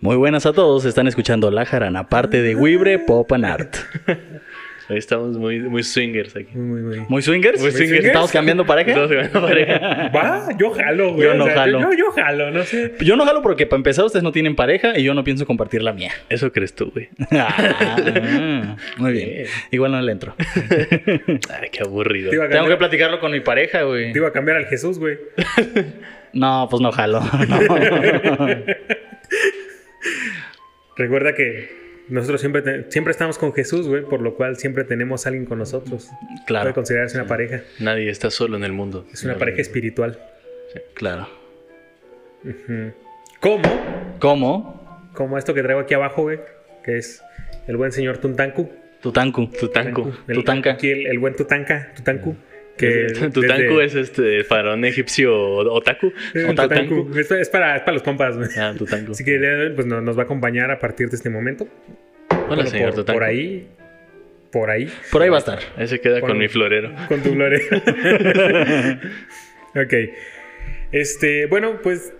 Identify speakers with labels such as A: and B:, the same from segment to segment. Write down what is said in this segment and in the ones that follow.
A: Muy buenas a todos, están escuchando La Jarana, parte de Wibre Pop and Art.
B: Hoy estamos muy, muy swingers aquí.
C: Muy, muy.
A: ¿Muy swingers?
B: Muy swingers.
A: ¿Estamos cambiando pareja?
B: Estamos grabando pareja.
C: Va, yo jalo, güey.
A: Yo no jalo.
C: Yo, yo jalo, no sé.
A: Yo no jalo porque para empezar ustedes no tienen pareja y yo no pienso compartir la mía.
B: Eso crees tú, güey.
A: Ah, muy bien. Igual no le entro.
B: Ay, qué aburrido.
C: Te iba a
A: Tengo que
C: cambiar,
A: platicarlo con mi pareja, güey.
C: te iba a cambiar al Jesús, güey.
A: No, pues no jalo. No.
C: Recuerda que nosotros siempre, te- siempre estamos con Jesús, güey, por lo cual siempre tenemos a alguien con nosotros.
A: Claro.
C: Puede considerarse una pareja.
B: Nadie está solo en el mundo.
C: Es una pareja espiritual.
A: Claro.
C: ¿Cómo?
A: ¿Cómo?
C: Como esto que traigo aquí abajo, güey, que es el buen señor Tuntanku.
A: Tutanku.
B: Tutanku.
C: El-
A: Tutanka.
C: Aquí el, el buen Tutanka, Tutanku. Que
B: Tutanku
C: desde-
B: es este faraón egipcio otaku.
C: Eh,
B: Otaku.
C: Tutanku. Es, es para, es para los compas, güey.
B: Ah, Tutanku.
C: Así que el día de hoy, pues, no- nos va a acompañar a partir de este momento.
B: Hola,
C: Bueno,
B: señor
C: por,
B: Tutanku.
C: por ahí. Por ahí.
A: Por ahí va a estar.
B: Ahí se queda
C: Por-
B: con mi florero.
C: Con tu gloria. ok. Este, bueno, pues.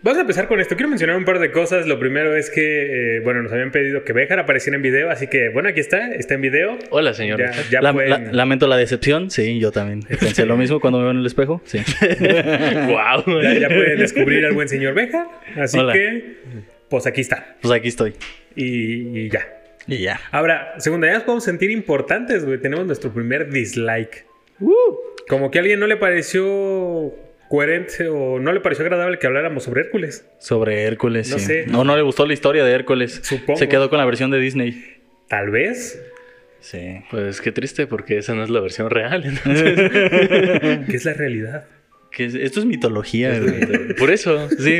C: Vamos a empezar con esto. Quiero mencionar un par de cosas. Lo primero es que, eh, bueno, nos habían pedido que Béjar apareciera en video, así que, bueno, aquí está, está en video.
B: Hola, señor.
C: Ya, ya
A: La-
C: pueden-
A: la- lamento la decepción. Sí, yo también. Pensé lo mismo cuando me veo en el espejo. Sí.
B: Guau.
C: ya- ya pueden descubrir al buen señor Béjar. Así
A: Hola.
C: que, pues aquí está.
A: Pues aquí estoy.
C: Y, y ya.
A: Y ya.
C: Ahora, segunda, ya nos podemos sentir importantes, güey. Tenemos nuestro primer dislike.
B: Uh.
C: Como que a alguien no le pareció coherente o no le pareció agradable que habláramos sobre Hércules.
A: Sobre Hércules.
C: No
A: sí.
C: sé.
A: No, no le gustó la historia de Hércules.
C: Supongo.
A: Se quedó con la versión de Disney.
C: Tal vez.
A: Sí.
B: Pues qué triste porque esa no es la versión real. entonces.
C: ¿Qué es la realidad?
A: Que es- esto es mitología. güey.
B: Por eso.
A: sí.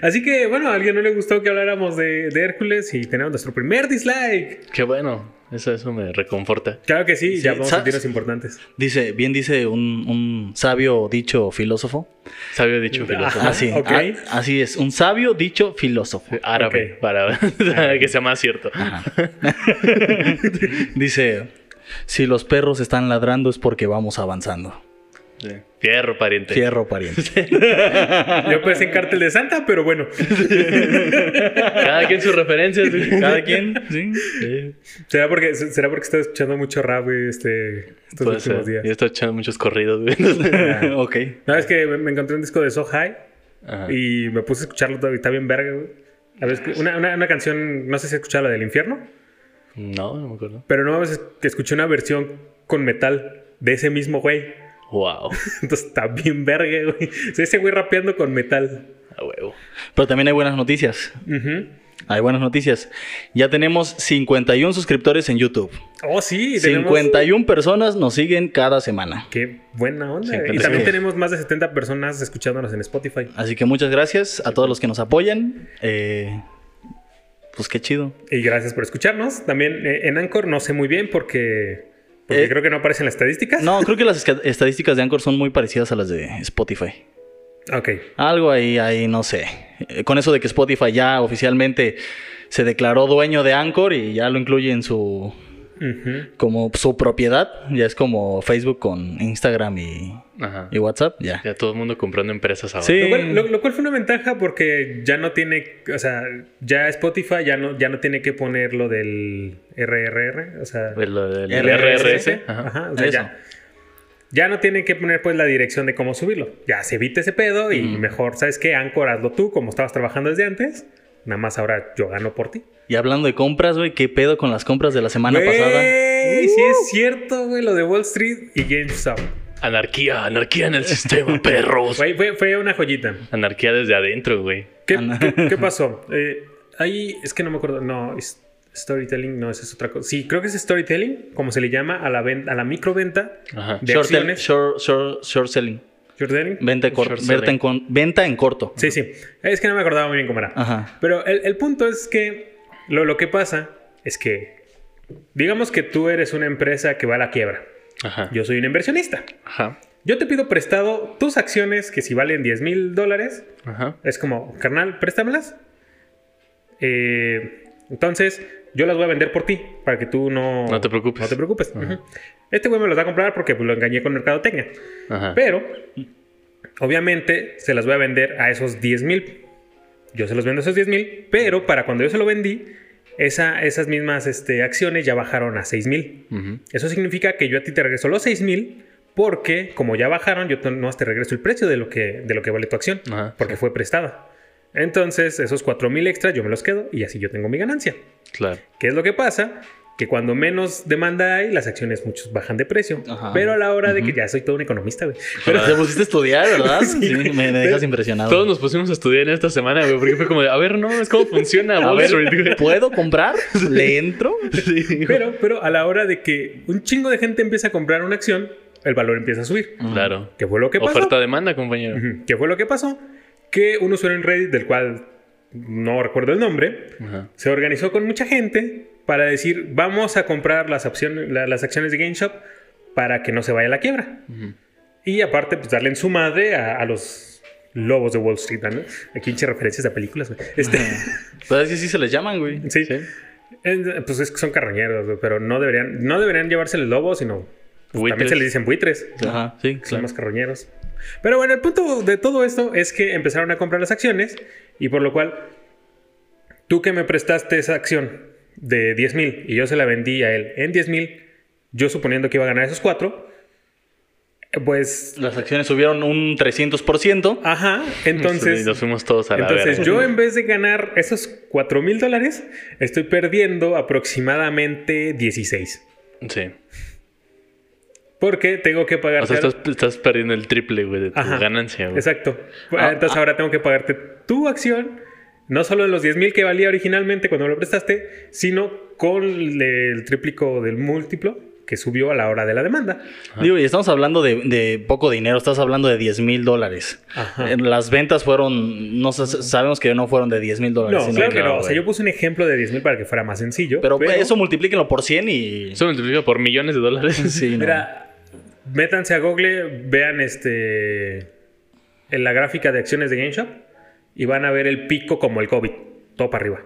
C: Así que, bueno, a alguien no le gustó que habláramos de, de Hércules y tenemos nuestro primer dislike.
B: Qué bueno. Eso, eso me reconforta.
C: Claro que sí,
A: Sí,
C: ya vamos a
A: ¿sabes?
C: sentirnos importantes.
A: Dice, bien dice un, un sabio dicho filósofo.
B: Sabio dicho filósofo.
A: así,
C: ok.
A: a- así es, un sabio dicho filósofo.
B: Árabe.
C: Ok.
B: Para que sea más cierto.
A: Dice, si los perros están ladrando es porque vamos avanzando.
B: Sí. Fierro, pariente.
A: Fierro pariente.
C: Yo pensé en Cártel de Santa, pero bueno.
B: Cada quien sus referencias. güey.
A: Cada quien, sí.
B: Sí,
C: ¿Será porque, será porque estás escuchando mucho rap güey, este, estos
B: puede
C: últimos
B: ser. Yo
C: días?
B: estoy echando muchos corridos. güey, entonces-
A: ok.
C: No, es que me- me encontré un disco de So High
B: Ajá.
C: Y me puse a escucharlo todo y está bien verga, güey. A ver, una, una, una canción, no sé si escuchaba la del infierno,
B: No, no me acuerdo.
C: pero no, es que escuché una versión con metal de ese mismo güey.
B: Wow.
C: Entonces está bien verga, güey. O sea, ese güey rapeando con metal.
B: A huevo.
A: Pero también hay buenas noticias.
C: Ujú.
A: Hay buenas noticias. Ya tenemos 51 suscriptores en YouTube.
C: Oh, sí, tenemos...
A: 51 personas nos siguen cada semana.
C: Qué buena onda. güey.
B: 50.
C: Y también tenemos más de 70 personas escuchándonos en Spotify.
A: Así que muchas gracias a todos los que nos apoyan. Eh, pues qué chido.
C: Y gracias por escucharnos. También eh, en Anchor, no sé muy bien porque, porque
A: Eh,
C: creo que no aparecen las estadísticas.
A: No, creo que las esca- estadísticas de Anchor son muy parecidas a las de Spotify.
C: Ok.
A: Algo ahí, ahí, no sé. Eh, Con eso de que Spotify ya oficialmente se declaró dueño de Anchor y ya lo incluye en su
C: Ujú.
A: como su propiedad, ya es como Facebook con Instagram y,
B: Ajá.
A: y WhatsApp, ya.
B: Ya todo el mundo comprando empresas ahora.
A: Sí.
C: Lo cual, lo- lo cual fue una ventaja porque ya no tiene, o sea, ya Spotify ya no, ya no tiene que poner lo del RRR, o sea,
B: El, el- el
A: RRS.
B: RRS. Ajá.
C: Ajá, o sea,
A: Eso.
C: ya, ya no tienen que poner pues la dirección de cómo subirlo. Ya se evita ese pedo y mejor, ¿sabes qué? Anchor, hazlo tú como estabas trabajando desde antes. Nada más ahora yo gano por ti.
A: Y hablando de compras, güey, ¿qué pedo con las compras de la
B: Ah,
A: semana
B: pues,
C: Güey,
A: pasada?
C: Sí es cierto, güey, lo de Wall Street y GameStop.
B: Anarquía, anarquía en el sistema, perros.
C: Güey, fue, fue una joyita.
B: Anarquía desde adentro, güey.
C: ¿Qué,
A: Ah, no.
C: qué- qué pasó? Eh, ahí es que no me acuerdo. No, es- storytelling no, esa es otra cosa. Sí, creo que es storytelling, como se le llama a la, ven- a la microventa
B: Ajá.
C: de
A: Short,
C: acciones.
A: short, short- short selling.
C: Short-telling.
A: Venta, en cor-
B: Short
A: venta en
B: selling.
A: con- venta en corto.
C: Sí, sí. Es que no me acordaba muy bien cómo era.
A: Ajá.
C: Pero el, el punto es que lo, lo que pasa es que, digamos que tú eres una empresa que va a la quiebra.
B: Ajá.
C: Yo soy un inversionista.
B: Ajá.
C: Yo te pido prestado tus acciones que si valen 10 mil dólares,
B: Ajá.
C: Es como, carnal, préstamelas. Eh, entonces, yo las voy a vender por ti, para que tú no...
B: No te preocupes.
C: No te
B: Ah.
C: preocupes. Ujú. Este güey me los va a comprar porque pues, lo engañé con Mercadotecnia.
B: Ajá.
C: Pero, Obviamente se las voy a vender a esos 10 mil. Yo se los vendo a esos 10 mil, pero para cuando yo se lo vendí, esa, esas mismas este, acciones ya bajaron a 6 mil.
A: Ujú.
C: Eso significa que yo a ti te regreso los 6 mil porque como ya bajaron, yo no te regreso el precio de lo que, de lo que vale tu acción,
A: Ajá,
C: porque fue prestada. Entonces esos 4 mil extras yo me los quedo y así yo tengo mi ganancia.
A: Claro.
C: ¿Qué es lo que pasa? Que cuando menos demanda hay, las acciones muchos bajan de precio.
A: Ajá.
C: Pero a la hora de que
A: Ujú.
C: ya soy todo un economista, güey.
A: Pero te pusiste a estudiar, ¿verdad? Sí, me, me dejas impresionado.
B: Todos nos pusimos a estudiar en esta semana, güey, porque fue como de, a ver, no, es cómo funciona
A: A
B: Wall
A: ver,
B: Street, güey.
A: ¿puedo comprar? ¿Le entro? Sí.
C: Pero, pero a la hora de que un chingo de gente empieza a comprar una acción, el valor empieza a subir.
A: Mm.
B: Claro.
C: ¿Qué fue lo que pasó?
B: Oferta-demanda, compañero.
C: Ujú. ¿Qué fue lo que pasó? Que un usuario en Reddit, del cual no recuerdo el nombre,
B: Ajá.
C: se organizó con mucha gente para decir, vamos a comprar las, opciones, la- las acciones de GameStop para que no se vaya a la quiebra.
B: Ujú.
C: Y aparte, pues darle en su madre a, a los lobos de Wall Street, ¿no? Aquí hinche referencias a películas, güey. Este,
A: Pues así sí se les llaman, güey.
C: sí. Eh, Pues es que son carroñeros, güey, pero no deberían, no deberían llevárseles lobos, sino... pues, también
B: Buitres.
C: se les dicen buitres.
A: Ajá, sí,
C: Son
A: claro.
C: más carroñeros. Pero bueno, el punto de todo esto es que empezaron a comprar las acciones y por lo cual tú que me prestaste esa acción de 10 mil y yo se la vendí a él en 10 mil, yo suponiendo que iba a ganar esos cuatro, pues,
A: Las acciones subieron un 300%.
C: ajá,
B: Y
C: entonces...
B: nos fuimos todos a la
C: Entonces
B: verga.
C: yo en vez de ganar esos 4 mil dólares, estoy perdiendo aproximadamente 16.
B: Sí.
C: Porque tengo que pagar...
B: O sea, estás, estás perdiendo el triple, güey, de tu
C: Ajá.
B: ganancia, güey.
C: Exacto.
A: Ah,
C: Entonces
A: ah.
C: ahora tengo que pagarte tu acción, no solo los 10 mil que valía originalmente cuando me lo prestaste, sino con el triplico del múltiplo que subió a la hora de la demanda.
A: Digo, y estamos hablando de, de poco dinero, estás hablando de 10 mil dólares.
C: Ajá.
A: Eh, Las ventas fueron, no sa- sabemos que no fueron de 10 mil
C: No,
A: dólares. sino
C: claro
A: que-
C: que no.
B: claro,
C: O sea,
B: güey.
C: yo puse un ejemplo de 10 mil para que fuera más sencillo.
A: Pero, pues, eso multiplíquenlo por 100 y...
B: Eso multiplica por millones de dólares.
A: Sí, no.
C: Mira, métanse a Google, vean este en la gráfica de acciones de GameStop y van a ver el pico como el COVID, todo para arriba.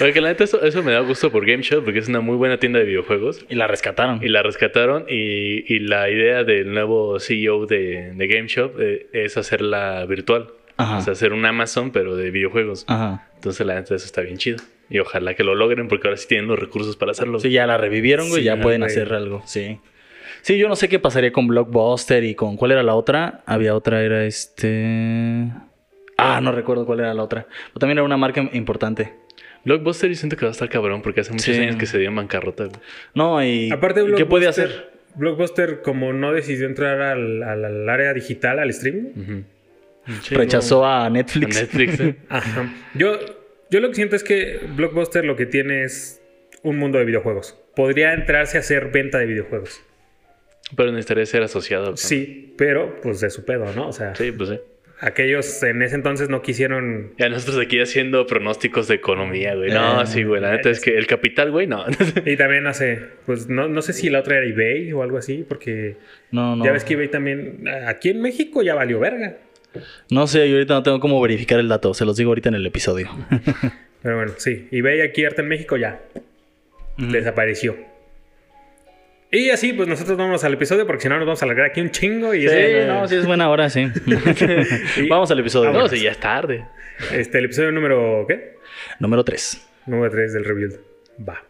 B: Oye, que la neta, eso, eso me da gusto por Game Shop, porque es una muy buena tienda de videojuegos.
A: Y la rescataron.
B: Y la rescataron y, y la idea del nuevo CEO de, de Game Shop eh, es hacerla virtual.
A: Ajá.
B: O sea, hacer un Amazon, pero de videojuegos.
A: Ajá.
B: Entonces, la neta, eso está bien chido. Y ojalá que lo logren, porque ahora sí tienen los recursos para hacerlo.
A: Sí, ya la revivieron, güey,
C: Sí,
A: ya pueden
C: güey.
A: hacer algo, sí. Sí, yo no sé qué pasaría con Blockbuster y con... ¿Cuál era la otra? Había otra, era este... Ah, no recuerdo cuál era la otra. Pero también era una marca importante.
B: Blockbuster yo siento que va a estar cabrón, porque hace muchos
A: Sí.
B: años que se dio en bancarrota. güey.
A: No, y...
C: Aparte,
A: ¿Qué
C: Blockbuster,
A: puede hacer?
C: Blockbuster, como no decidió entrar al, al- al área digital, al streaming.
B: Ujú.
A: Rechazó a
B: A
A: Netflix.
B: Netflix. ¿eh?
C: Ajá. Yo, yo lo que siento es que Blockbuster lo que tiene es un mundo de videojuegos. Podría entrarse a hacer venta de videojuegos.
B: Pero necesitaría ser asociado. ¿no?
C: Sí, pero pues de su pedo, ¿no? O sea,
B: Sí, pues sí.
C: aquellos en ese entonces no quisieron.
B: Ya nosotros aquí haciendo pronósticos de economía, güey. No,
A: Eh,
B: sí, güey. La neta es que el capital, güey, no.
C: Y también hace, pues no, no sé si la otra era eBay o algo así, porque
A: No, no.
C: ya ves que eBay también, aquí en México ya valió verga.
A: No sé, yo ahorita no tengo cómo verificar el dato. Se los digo ahorita en el episodio.
C: Pero bueno, sí, eBay aquí harta en México ya desapareció. Y así, pues nosotros vamos al episodio porque si no nos vamos a alargar aquí un chingo y
A: Sí,
C: ese-
A: no, sí es buena hora, sí.
C: Y-
A: Vamos al episodio.
C: Ah,
B: no, sí, ya es tarde.
C: Este, el episodio número, ¿qué?
A: Número 3.
C: Número 3 del Rebuild. Va.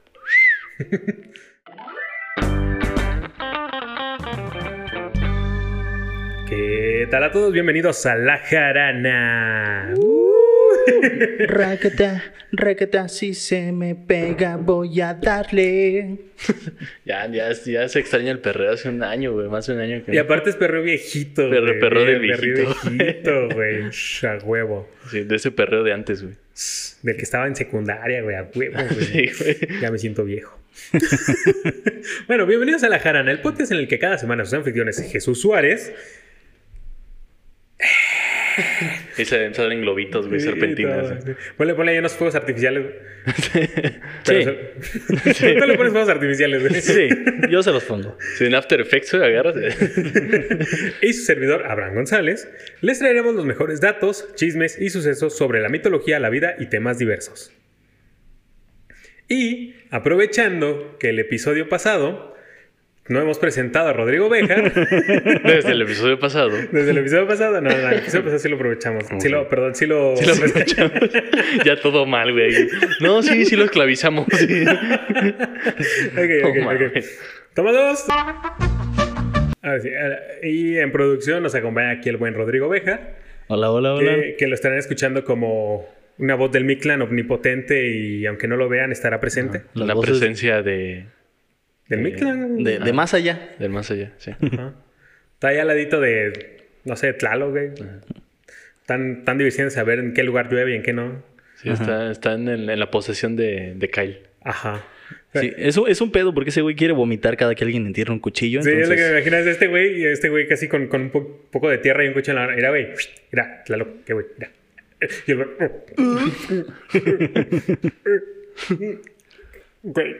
C: ¿Qué tal a todos? Bienvenidos a La Jarana.
D: Raqueta, raqueta, si se me pega voy a darle.
B: Ya, ya, ya se extraña el perreo hace un año, güey. Más de un año que.
C: Y aparte es perreo viejito.
B: Perro-
C: güey.
B: perro del
C: viejito, güey. Sh, A huevo.
B: Sí, de ese perreo de antes, güey.
C: Del que estaba en secundaria, güey. A huevo, güey.
B: Sí, güey.
C: Ya me siento viejo. bueno, bienvenidos a La Jarana, el podcast en el que cada semana sus anfitriones Jesús Suárez
B: Y se salen globitos, güey, serpentinas.
C: Y todo. Ponle, ponle ahí unos fuegos artificiales. güey. Pero eso- Tú le pones fuegos artificiales. güey.
A: Sí, yo se los pongo.
B: Si en After Effects, güey, agarras.
C: Y su servidor, Abraham González, les traeremos los mejores datos, chismes y sucesos sobre la mitología, la vida y temas diversos. Y aprovechando que el episodio pasado no hemos presentado a Rodrigo Bejar
B: Desde el episodio pasado.
C: desde el episodio pasado. No, no, el episodio pasado sí lo aprovechamos. Sí lo, perdón, sí lo...
B: Sí lo aprovechamos. ya todo mal, güey. No, sí, sí lo esclavizamos. sí.
C: Ok, ok,
B: No mames.
C: ok. Toma dos. Ahora sí, ahora- y en producción nos acompaña aquí el buen Rodrigo Bejar
A: Hola, hola, hola.
C: que, que lo estarán escuchando como una voz del Mictlan omnipotente y aunque no lo vean estará presente.
A: Las
B: La
A: voces
B: presencia de,
C: Del Mictlan.
A: de, de más allá.
B: del más allá, sí.
C: Ajá. Está ahí al ladito de, no sé, Tlaloc, güey. Tan, tan divirtiendo saber en qué lugar llueve y en qué no.
B: Sí, está, está en, el- en la posesión de, de Kyle.
C: Ajá.
A: Sí, es, un, es un pedo porque ese güey quiere vomitar cada que alguien entierra un cuchillo.
C: Sí, es lo que me
A: entonces-
C: imagino es este güey y este güey casi con, con un po- poco de tierra y un cuchillo en la mano. Mira, güey, mira, Tlaloc, qué güey, mira. Y el güey, "Oh". Güey,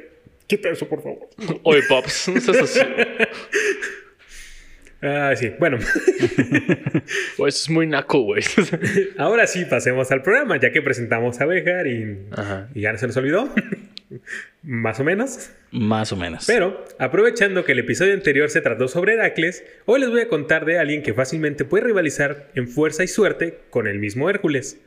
C: quita eso, por favor.
B: Oye, Pops, no seas así.
C: Ah, sí. Bueno,
B: Güey, eso es muy naco, güey.
C: ahora sí pasemos al programa, ya que presentamos a Bejar y,
B: Ajá.
C: y ya se nos olvidó. Más o menos.
A: Más o menos.
C: Pero, aprovechando que el episodio anterior se trató sobre Heracles, hoy les voy a contar de alguien que fácilmente puede rivalizar en fuerza y suerte con el mismo Hércules.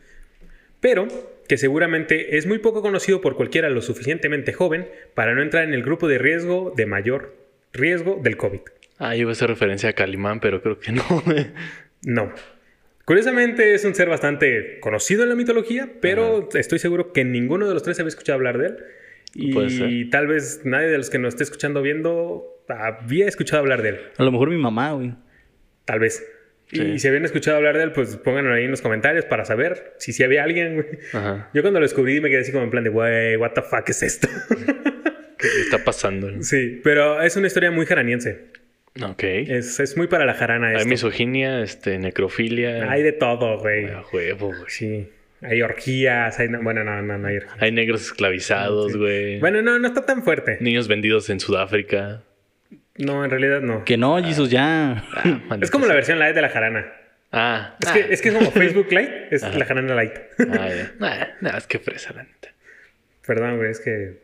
C: Pero, que seguramente es muy poco conocido por cualquiera lo suficientemente joven para no entrar en el grupo de riesgo de mayor riesgo del COVID.
B: Ah, yo iba a hacer referencia a Calimán, pero creo que no. güey.
C: No. Curiosamente es un ser bastante conocido en la mitología, pero estoy seguro que ninguno de los tres había escuchado hablar de él.
B: Puede
C: Y
B: ser.
C: tal vez nadie de los que nos esté escuchando viendo había escuchado hablar de él.
A: A lo mejor mi mamá, güey.
C: Tal vez.
B: Sí.
C: Y si habían escuchado hablar de él, pues pónganlo ahí en los comentarios para saber si sí había alguien, güey.
B: Ajá.
C: Yo cuando lo descubrí me quedé así como en plan de, güey, what the fuck es esto?
B: ¿Qué está pasando?
C: sí, pero es una historia muy jaraniense.
B: Ok.
C: Es, es muy para la jarana
B: Hay
C: esto.
B: misoginia, este, necrofilia.
C: Hay de todo, güey.
B: A huevo, güey.
C: Sí. Hay orgías, hay... no- Bueno, no, no, no hay orgías.
B: Hay negros esclavizados, güey.
C: Bueno, no, no está tan fuerte.
B: Niños vendidos en Sudáfrica.
C: No, en realidad no.
A: Que no, Jesús, ya.
C: Es como la versión light de la jarana.
B: Ah.
C: Es,
B: ah.
C: que, es que es como Facebook Light, es la jarana light.
B: Ah, ya. Nah, nah, es que fresa, la neta.
C: Perdón, güey, es que...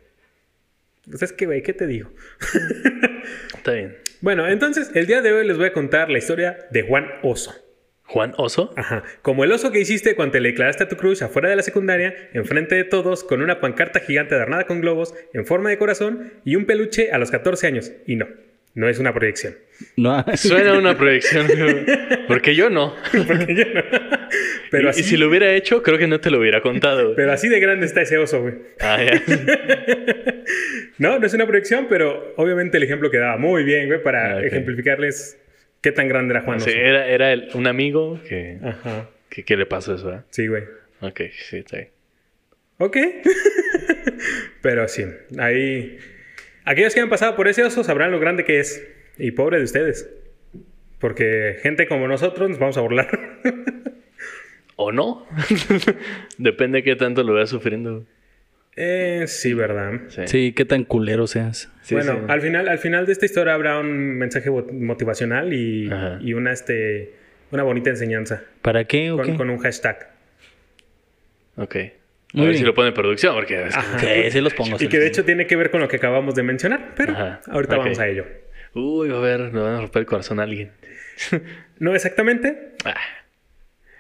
C: Pues es que, güey, ¿qué te digo?
B: Está bien.
C: Bueno, entonces el día de hoy les voy a contar la historia de Juan Oso.
B: Juan Oso.
C: Ajá. Como el oso que hiciste cuando te le declaraste a tu cruz afuera de la secundaria, enfrente de todos, con una pancarta gigante adornada con globos, en forma de corazón y un peluche a los 14 años. Y no, no es una proyección.
A: No.
B: Suena una proyección. güey. Porque yo no.
C: Pero
B: y,
C: así,
B: y si lo hubiera hecho, creo que no te lo hubiera contado. güey.
C: pero así de grande está ese oso, güey.
B: Ah, ya.
C: No, no es una proyección, pero obviamente el ejemplo quedaba muy bien, güey, para
B: Ah, ok.
C: ejemplificarles qué tan grande era Juan
B: Sí,
C: Oso.
B: era era el- un amigo que,
C: Ajá.
B: que, que le pasó eso, ¿verdad?
C: Sí, güey.
B: Ok, sí, está bien.
C: Ok. Pero sí, ahí. Aquellos que han pasado por ese oso sabrán lo grande que es. Y pobre de ustedes. Porque gente como nosotros nos vamos a burlar.
B: ¿O no? Depende de qué tanto lo veas sufriendo.
C: Eh, sí, ¿verdad?
B: Sí.
A: Sí, qué tan culero seas.
B: Sí,
C: bueno,
B: sí.
C: Al, final, al final de esta historia habrá un mensaje bot- motivacional y,
B: Ajá.
C: y una, este, una bonita enseñanza.
A: ¿Para qué o
C: Con,
A: qué?
C: con un hashtag.
B: Ok. A
A: Muy
B: ver
A: bien.
B: si lo pone en producción, porque es que-
A: Sí, sí los pongo. sí
C: Y que
A: los
C: de hecho tiene que ver con lo que acabamos de mencionar, pero
B: Ajá.
C: ahorita
B: Ok.
C: vamos a ello.
B: Uy, va a ver, le van a romper el corazón a alguien.
C: No exactamente,
B: Ah.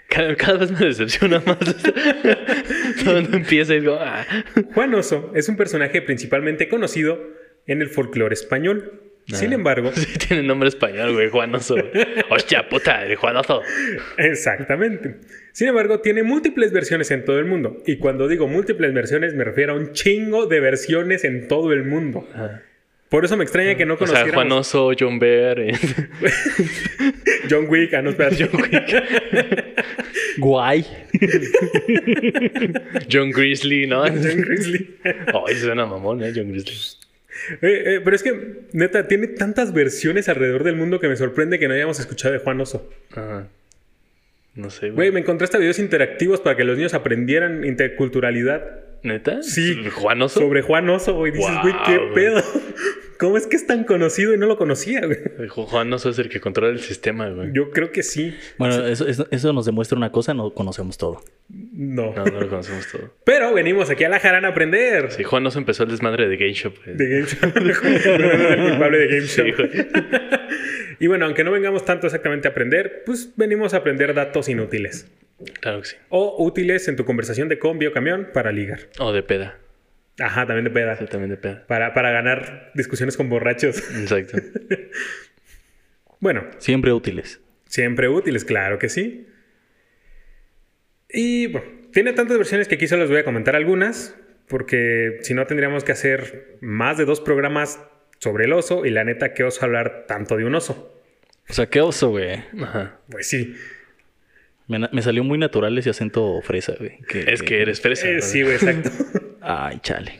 B: Cada, cada vez me decepciona más. Cuando empieza y digo, ah.
C: Juan Oso es un personaje principalmente conocido en el folclore español. Sin
B: Ah.
C: embargo,
B: Sí, tiene nombre español, güey, Juanoso. Hostia puta, el Juanoso.
C: exactamente. Sin embargo, tiene múltiples versiones en todo el mundo. Y cuando digo múltiples versiones, me refiero a un chingo de versiones en todo el mundo. Por eso me extraña que no
B: O sea,
C: conociéramos
B: Juanoso, John Bear. eh,
C: John Wick. Ah, no, espera,
B: John, Wick,
A: Guay.
B: John Grizzly, ¿no? Ay,
C: John Grizzly.
B: suena mamón, ¿eh? John Grizzly.
C: Eh, eh, pero es que, neta, tiene tantas versiones alrededor del mundo que me sorprende que no hayamos escuchado de Juan Oso.
B: Ajá. No sé,
C: Güey,
B: güey.
C: me encontré hasta videos interactivos para que los niños aprendieran interculturalidad.
B: ¿Neta?
C: Sí.
B: ¿Juanoso?
C: sobre Juan Oso, güey. Dices,
B: Wow,
C: güey, qué
B: güey.
C: pedo. ¿Cómo es que es tan conocido y no lo conocía, güey?
B: Ju- Juan no es el que controla el sistema, güey.
C: Yo creo que sí.
A: Bueno, eso, eso- eso nos demuestra una cosa, no conocemos todo.
C: No.
B: No, no lo conocemos todo.
C: Pero venimos aquí a la jarana a aprender.
B: Ah. Sí, Juan nos empezó el desmadre de Game Shop. güey.
C: De Game Show. el culpable de Game
B: Sí,
C: Show.
B: güey.
C: y bueno, aunque no vengamos tanto exactamente a aprender, pues venimos a aprender datos inútiles.
B: Claro que sí.
C: O útiles en tu conversación de combi o camión para ligar.
B: O de peda.
C: Ajá, también de peda.
B: Sí, también de peda.
C: Para, para ganar discusiones con borrachos.
B: Exacto.
C: Bueno,
A: Siempre útiles.
C: Siempre útiles, claro que sí. Y bueno, tiene tantas versiones que aquí solo les voy a comentar algunas, porque si no tendríamos que hacer más de dos programas sobre el oso y la neta, ¿qué oso hablar tanto de un oso?
A: O sea, qué oso, güey.
B: Ajá.
C: Pues sí,
A: Me, na- me salió muy natural ese acento fresa, güey.
B: Es que eres fresa.
C: Eh,
B: ¿no?
C: sí, güey, exacto.
A: Ay, chale.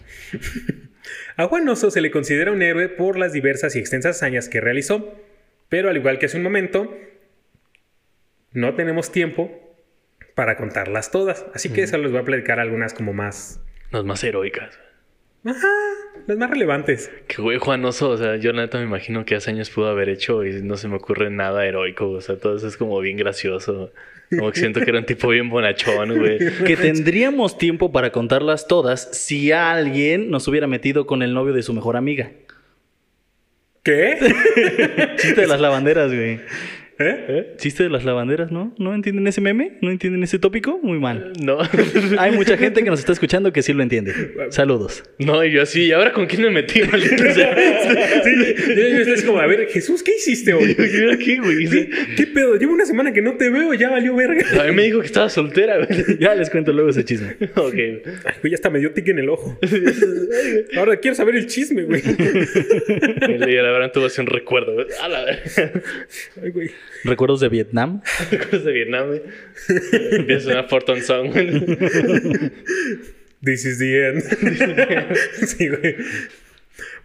C: A Juan Oso se le considera un héroe por las diversas y extensas hazañas que realizó, pero al igual que hace un momento, no tenemos tiempo para contarlas todas, así que solo les voy a platicar algunas como más
B: Las más heroicas.
C: Las más relevantes.
B: Que güey, Juan Oso, o sea, yo la neta me imagino que hace años pudo haber hecho y no se me ocurre nada heroico, o sea, todo eso es como bien gracioso. Como que siento que era un tipo bien bonachón, güey.
A: Que tendríamos tiempo para contarlas todas si alguien nos hubiera metido con el novio de su mejor amiga.
C: ¿Qué?
A: Chiste de las lavanderas, güey.
C: ¿Eh?
A: Chiste de las lavanderas, ¿no? ¿No entienden ese meme? ¿No entienden ese tópico? Muy mal.
B: No,
A: Hay mucha gente que nos está escuchando que sí lo entiende. Saludos.
B: no, y yo así, ¿y ahora con quién me metí, maldito? O sea,
C: Sí, yo, yo estoy como, a ver, Jesús, ¿qué hiciste hoy?
B: yo, yo aquí, güey. O
C: ¿Qué,
B: sea,
C: qué pedo? Llevo una semana que no te veo, ya valió verga.
B: A mí me dijo que estaba soltera, güey.
A: Ya les cuento luego ese chisme.
B: Ok.
C: Ay, güey, ya hasta me dio tique en el ojo. Ahora quiero saber el chisme, güey.
B: Y la verdad tuvo así un recuerdo, güey. A la verga.
C: Ay, güey.
A: ¿Recuerdos de Vietnam?
B: Recuerdos de Vietnam, güey. Empieza una Fortune Song, güey.
C: This is the end. sí, güey.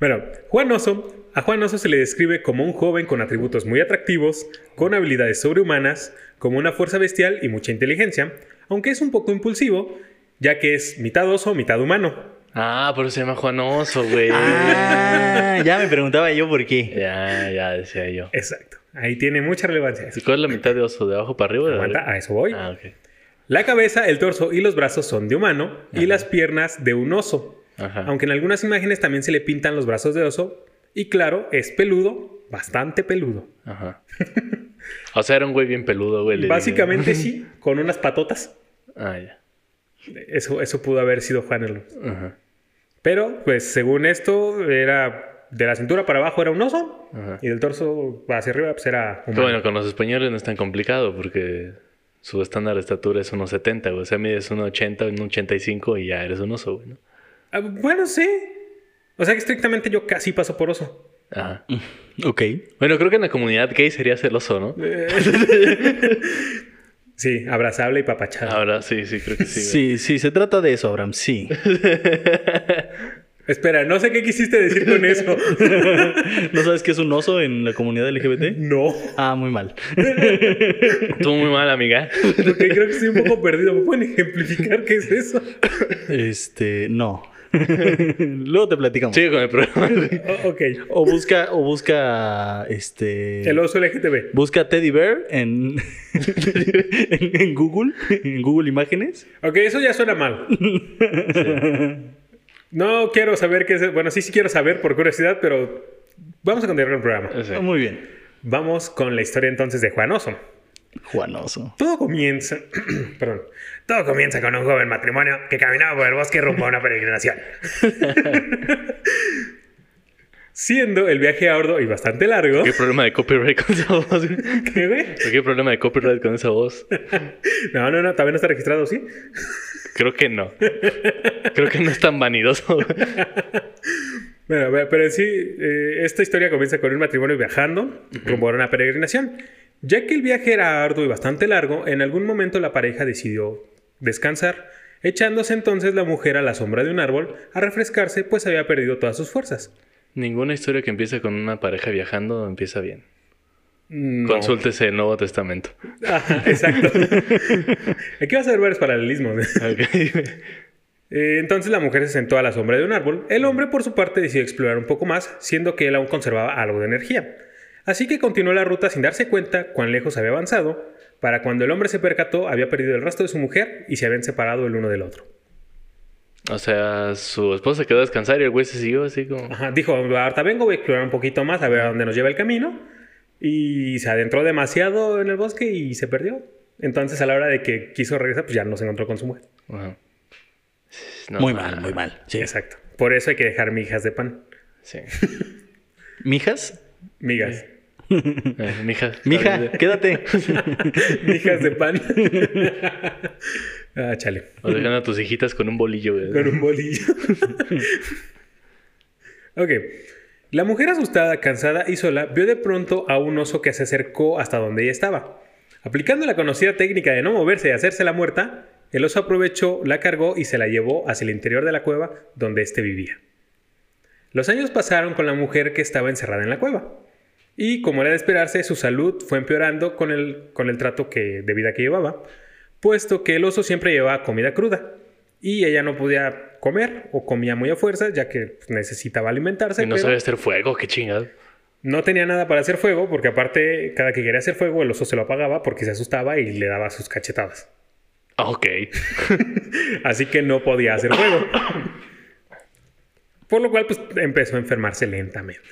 C: Bueno, Juan Oso. A Juan Oso se le describe como un joven con atributos muy atractivos, con habilidades sobrehumanas, como una fuerza bestial y mucha inteligencia, aunque es un poco impulsivo, ya que es mitad oso, mitad humano.
B: Ah, pero se llama Juan Oso, güey.
A: Ah, ya me preguntaba yo por qué.
B: Ya, ya decía yo.
C: Exacto. Ahí tiene mucha relevancia.
B: ¿Cuál es la mitad de oso? ¿De abajo para arriba? o de
C: Aguanta,
B: arriba?
C: a eso voy.
B: Ah, ok.
C: La cabeza, el torso y los brazos son de humano y las piernas de un oso.
B: Ajá.
C: Aunque en algunas imágenes también se le pintan los brazos de oso. Y claro, es peludo, bastante peludo.
B: Ajá. O sea, era un güey bien peludo, güey. le digo.
C: Básicamente sí, con unas patotas.
B: Ah, ya.
C: Eso, eso pudo haber sido Juan el oso.
B: Ajá.
C: Pero, pues, según esto, era de la cintura para abajo era un oso.
B: Ajá.
C: Y del torso hacia arriba, pues era
B: Pero
C: humano.
B: bueno, con los españoles no es tan complicado porque su estándar de estatura es 1,70, güey. O sea, mides 1,80, 1,85 y ya eres un oso, güey. ¿no?
C: Ah, bueno, sí. O sea que estrictamente yo casi paso por oso.
B: Ajá.
A: Ok.
B: Bueno, creo que en la comunidad gay sería ser oso, ¿no?
C: Sí, abrazable y papachado.
B: Ahora sí, sí, creo que sí. güey.
A: Sí, sí, se trata de eso, Abraham, sí.
C: Espera, no sé qué quisiste decir con eso.
A: ¿No sabes qué es un oso en la comunidad LGBT?
C: No,
A: Ah, muy mal.
B: Tú muy mal, amiga.
C: porque creo que estoy un poco perdido. ¿Me pueden ejemplificar qué es eso?
A: Este, no. Luego te platicamos.
B: Sigue con el programa, güey.
C: O- Oh, ok,
A: O busca, o busca, este...
C: el oso LGTB.
A: Busca Teddy Bear en, en, en Google, en Google Imágenes.
C: Ok, eso ya suena mal. No quiero saber qué es. Bueno, sí, sí quiero saber por curiosidad, pero vamos a continuar con el programa.
B: Sí.
A: Ah, Muy bien.
C: Vamos con la historia entonces de Juan Oso.
A: Juanoso.
C: Todo comienza, perdón, todo comienza con un joven matrimonio que caminaba por el bosque rumbo a una peregrinación. Siendo el viaje a Ordo y bastante largo,
B: ¿Qué problema de copyright con esa voz? güey?
C: ¿Qué, güey?
B: ¿Qué problema de copyright con esa voz?
C: No, no, no, todavía no está registrado, ¿sí?
B: Creo que no. Creo que no es tan vanidoso. güey.
C: Bueno, ve- pero en sí, eh, esta historia comienza con un matrimonio viajando rumbo a una peregrinación. Ya que el viaje era arduo y bastante largo, en algún momento la pareja decidió descansar, echándose entonces la mujer a la sombra de un árbol a refrescarse, pues había perdido todas sus fuerzas.
B: Ninguna historia que empieza con una pareja viajando empieza bien.
C: Mm, No. Ah,
B: Consúltese el Nuevo Testamento.
C: Ajá, exacto. Aquí vas a ver varios paralelismos.
B: Ok.
C: Eh, entonces la mujer se sentó a la sombra de un árbol. El hombre, por su parte, decidió explorar un poco más, siendo que él aún conservaba algo de energía. Así que continuó la ruta sin darse cuenta cuán lejos había avanzado. Para cuando el hombre se percató, había perdido el rastro de su mujer y se habían separado el uno del otro.
B: O sea, su esposa se quedó a descansar y el güey se siguió así como.
C: Ajá, dijo, ahorita vengo, voy a explorar un poquito más, a ver a dónde nos lleva el camino. Y se adentró demasiado en el bosque y se perdió. Entonces, a la hora de que quiso regresar, pues ya no se encontró con su mujer.
B: Ajá. No,
A: muy
B: no,
A: mal,
B: no.
A: muy mal. Sí.
C: Exacto. Por eso hay que dejar migas de pan.
B: Sí.
A: ¿Mijas?
C: Migas.
B: Eh, Mija.
A: Mija, quédate.
C: migas de pan. ah, chale.
B: O dejan a tus hijitas con un bolillo, güey.
C: Con un bolillo. ok. La mujer asustada, cansada y sola vio de pronto a un oso que se acercó hasta donde ella estaba. Aplicando la conocida técnica de no moverse y hacerse la muerta, el oso aprovechó, la cargó y se la llevó hacia el interior de la cueva donde éste vivía. Los años pasaron con la mujer que estaba encerrada en la cueva. Y como era de esperarse, su salud fue empeorando con el, con el trato que, de vida que llevaba, puesto que el oso siempre llevaba comida cruda. Y ella no podía comer o comía muy a fuerza, ya que pues, necesitaba alimentarse.
B: Y no
C: pero-
B: sabe hacer fuego, qué chingado.
C: no tenía nada para hacer fuego, porque aparte, cada que quería hacer fuego, el oso se lo apagaba porque se asustaba y le daba sus cachetadas.
B: Ah, Ok.
C: Así que no podía hacer fuego. Por lo cual, pues empezó a enfermarse lentamente.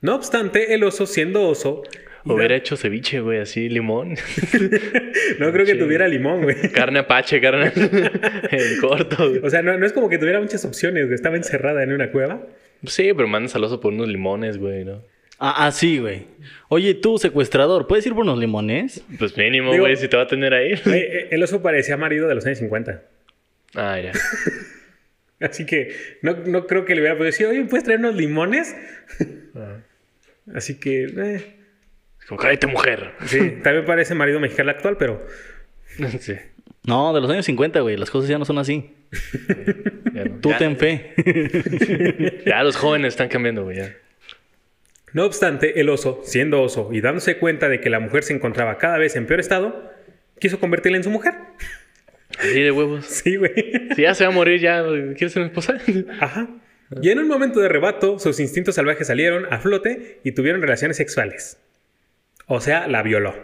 C: No obstante, el oso, siendo oso, y
B: Hubiera
C: da-
B: hecho ceviche, güey, así, limón.
C: no creo que
B: Sí.
C: tuviera limón, güey.
B: Carne apache, carne en corto. güey.
C: O sea, no, no es como que tuviera muchas opciones, güey. Estaba encerrada en una cueva.
B: Sí, pero mandas al oso por unos limones, güey, ¿no?
A: Ah, ah, sí, güey. Oye, tú, secuestrador, ¿puedes ir por unos limones?
B: Pues mínimo,
C: Digo-
B: güey, si te va a tener ahí.
C: Güey, eh, El oso parecía marido de los años 50.
B: Ah, ya.
C: Así que no, no creo que le hubiera podido decir, oye, ¿puedes traer unos limones? Así que, eh,
B: Es Como, cállate, mujer.
C: Sí, también parece marido mexicano actual, pero
B: Sí.
A: No, de los años 50, güey. Las cosas ya no son así.
B: Ya, no.
A: Tú
B: Ya-
A: ten fe.
B: ya los jóvenes están cambiando, güey. ya.
C: no obstante, el oso, siendo oso y dándose cuenta de que la mujer se encontraba cada vez en peor estado, quiso convertirla en su mujer.
B: Así de huevos.
C: Sí, güey.
B: Si ya se va a morir, ya. ¿Quieres ser mi esposa?
C: Ajá. Y en un momento de rebato, sus instintos salvajes salieron a flote y tuvieron relaciones sexuales. O sea, la violó.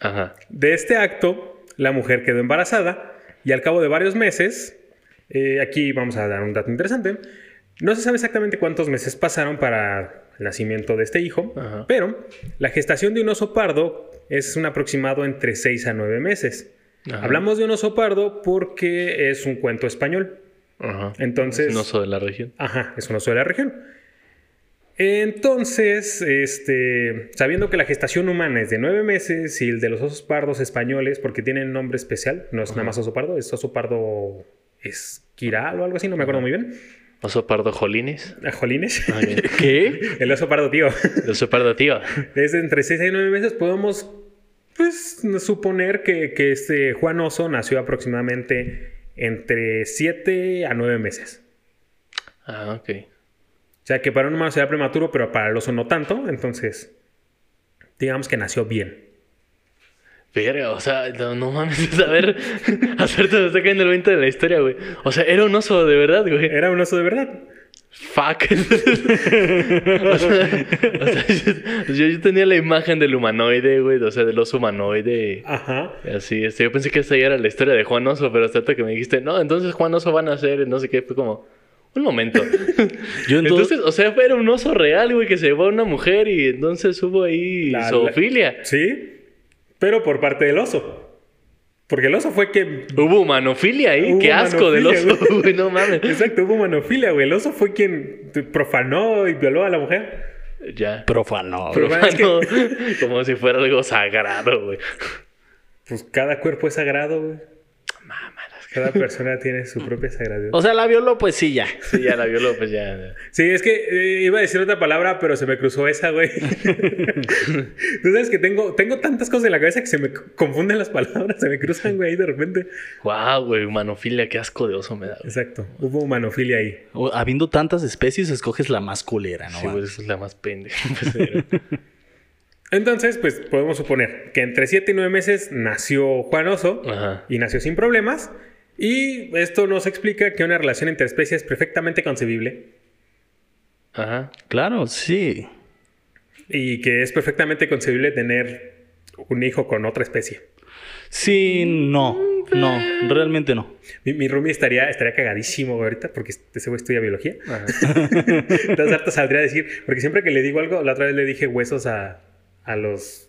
B: Ajá.
C: De este acto, la mujer quedó embarazada y al cabo de varios meses, eh, aquí vamos a dar un dato interesante, no se sabe exactamente cuántos meses pasaron para el nacimiento de este hijo,
B: Ajá.
C: pero la gestación de un oso pardo es un aproximado entre 6 a 9 meses.
B: Ajá.
C: Hablamos de un oso pardo porque es un cuento español,
B: Ajá.
C: entonces...
B: Es un oso de la región.
C: Ajá, es un oso de la región. Entonces, este, sabiendo que la gestación humana es de nueve meses y el de los osos pardos españoles, porque tienen nombre especial, no es nada más oso pardo, es oso pardo esquiral o algo así, no me acuerdo muy bien.
B: Oso pardo jolines.
C: Ajolines.
B: Ah, bien.
A: ¿Qué?
C: El oso pardo, tío.
B: El oso pardo tío.
C: Desde entre seis y nueve meses podemos, pues, suponer que, que este Juan Oso nació aproximadamente entre siete a nueve meses.
B: Ah, ok.
C: O sea, que para un humano será prematuro, pero para el oso no tanto. Entonces, digamos que nació bien.
B: Verga, o sea, no, no mames, a ver, hacerte me está cayendo el 20 de la historia, güey. O sea, era un oso de verdad, güey.
C: Era un oso de verdad.
B: Fuck. o sea, o sea, yo, yo- yo tenía la imagen del humanoide, güey, o sea, del oso humanoide.
C: Ajá.
B: y Así, este, yo pensé que esa ya era la historia de Juan Oso, pero hasta ahorita que me dijiste, no, entonces Juan Oso van a ser, no sé qué, fue como, un momento.
A: Yo entonces...
B: Entonces, o sea, era un oso real, güey, que se llevó a una mujer y entonces hubo ahí
C: La- la-
B: zoofilia.
C: Sí, pero por parte del oso. Porque el oso fue que.
B: Hubo humanofilia ahí,
C: Hubo
B: qué asco del
C: humanofilia,
B: oso, güey, no mames.
C: Exacto, hubo manofilia, güey. El oso fue quien te profanó y violó a la mujer.
B: Ya.
A: Profano. güey.
C: Profano. es
B: Profano, como si fuera algo sagrado, güey.
C: Pues cada cuerpo es sagrado, güey. Cada persona tiene su propia sagrada.
A: O sea, la violó, pues sí, ya.
B: Sí, ya la vio López, ya.
C: Sí, es que eh, iba a decir otra palabra, pero se me cruzó esa, güey. Tú sabes que tengo, tengo tantas cosas en la cabeza que se me c- confunden las palabras, se me cruzan, güey, ahí de repente.
B: Guau, güey, humanofilia, qué asco de oso me da, güey.
C: Exacto, hubo humanofilia ahí.
A: O- habiendo tantas especies, escoges la más culera, ¿no?
B: Sí, güey, esa es la más pendeja. pues, era.
C: Entonces, pues podemos suponer que entre 7 y 9 meses nació Juan Oso
B: Ajá.
C: y nació sin problemas. Y esto nos explica que una relación entre especies es perfectamente concebible
B: Ajá.
A: Claro, sí.
C: y que es perfectamente concebible tener un hijo con otra especie.
A: Sí, no. No, realmente no.
C: Mi, mi roomie estaría, estaría cagadísimo ahorita porque ese güey estudia biología.
B: Ajá.
C: Entonces harto saldría a decir, porque siempre que le digo algo, la otra vez le dije huesos a, a los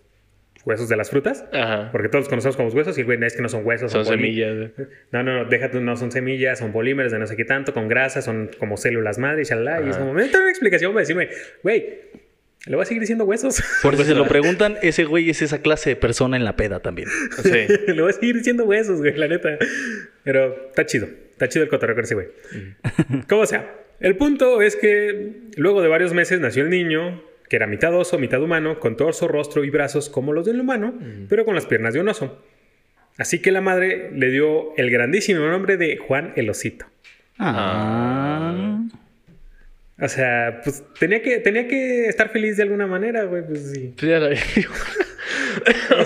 C: huesos de las frutas,
B: Ajá.
C: porque todos los conocemos como huesos y el güey no es que no son huesos,
B: Son
C: boli-
B: semillas. güey.
C: No, no, no, déjate, no son semillas, son polímeros de no sé qué tanto, con grasa, son como células madre y shalala. Y es
B: Ajá.
C: como, me da una explicación para decirme, güey, le voy a seguir diciendo huesos.
A: Porque se lo preguntan, ese güey es esa clase de persona en la peda también.
B: Sí.
C: le voy a seguir diciendo huesos, güey, la neta. Pero está chido, está chido el cotorreo con ese güey. Como sea, el punto es que luego de varios meses nació el niño, que era mitad oso, mitad humano, con torso, rostro y brazos como los del humano, pero con las piernas de un oso. Así que la madre le dio el grandísimo nombre de Juan el Osito.
A: Ah.
C: O sea, pues tenía que, tenía que estar feliz de alguna manera, güey, pues sí.
B: Pues ya la
C: O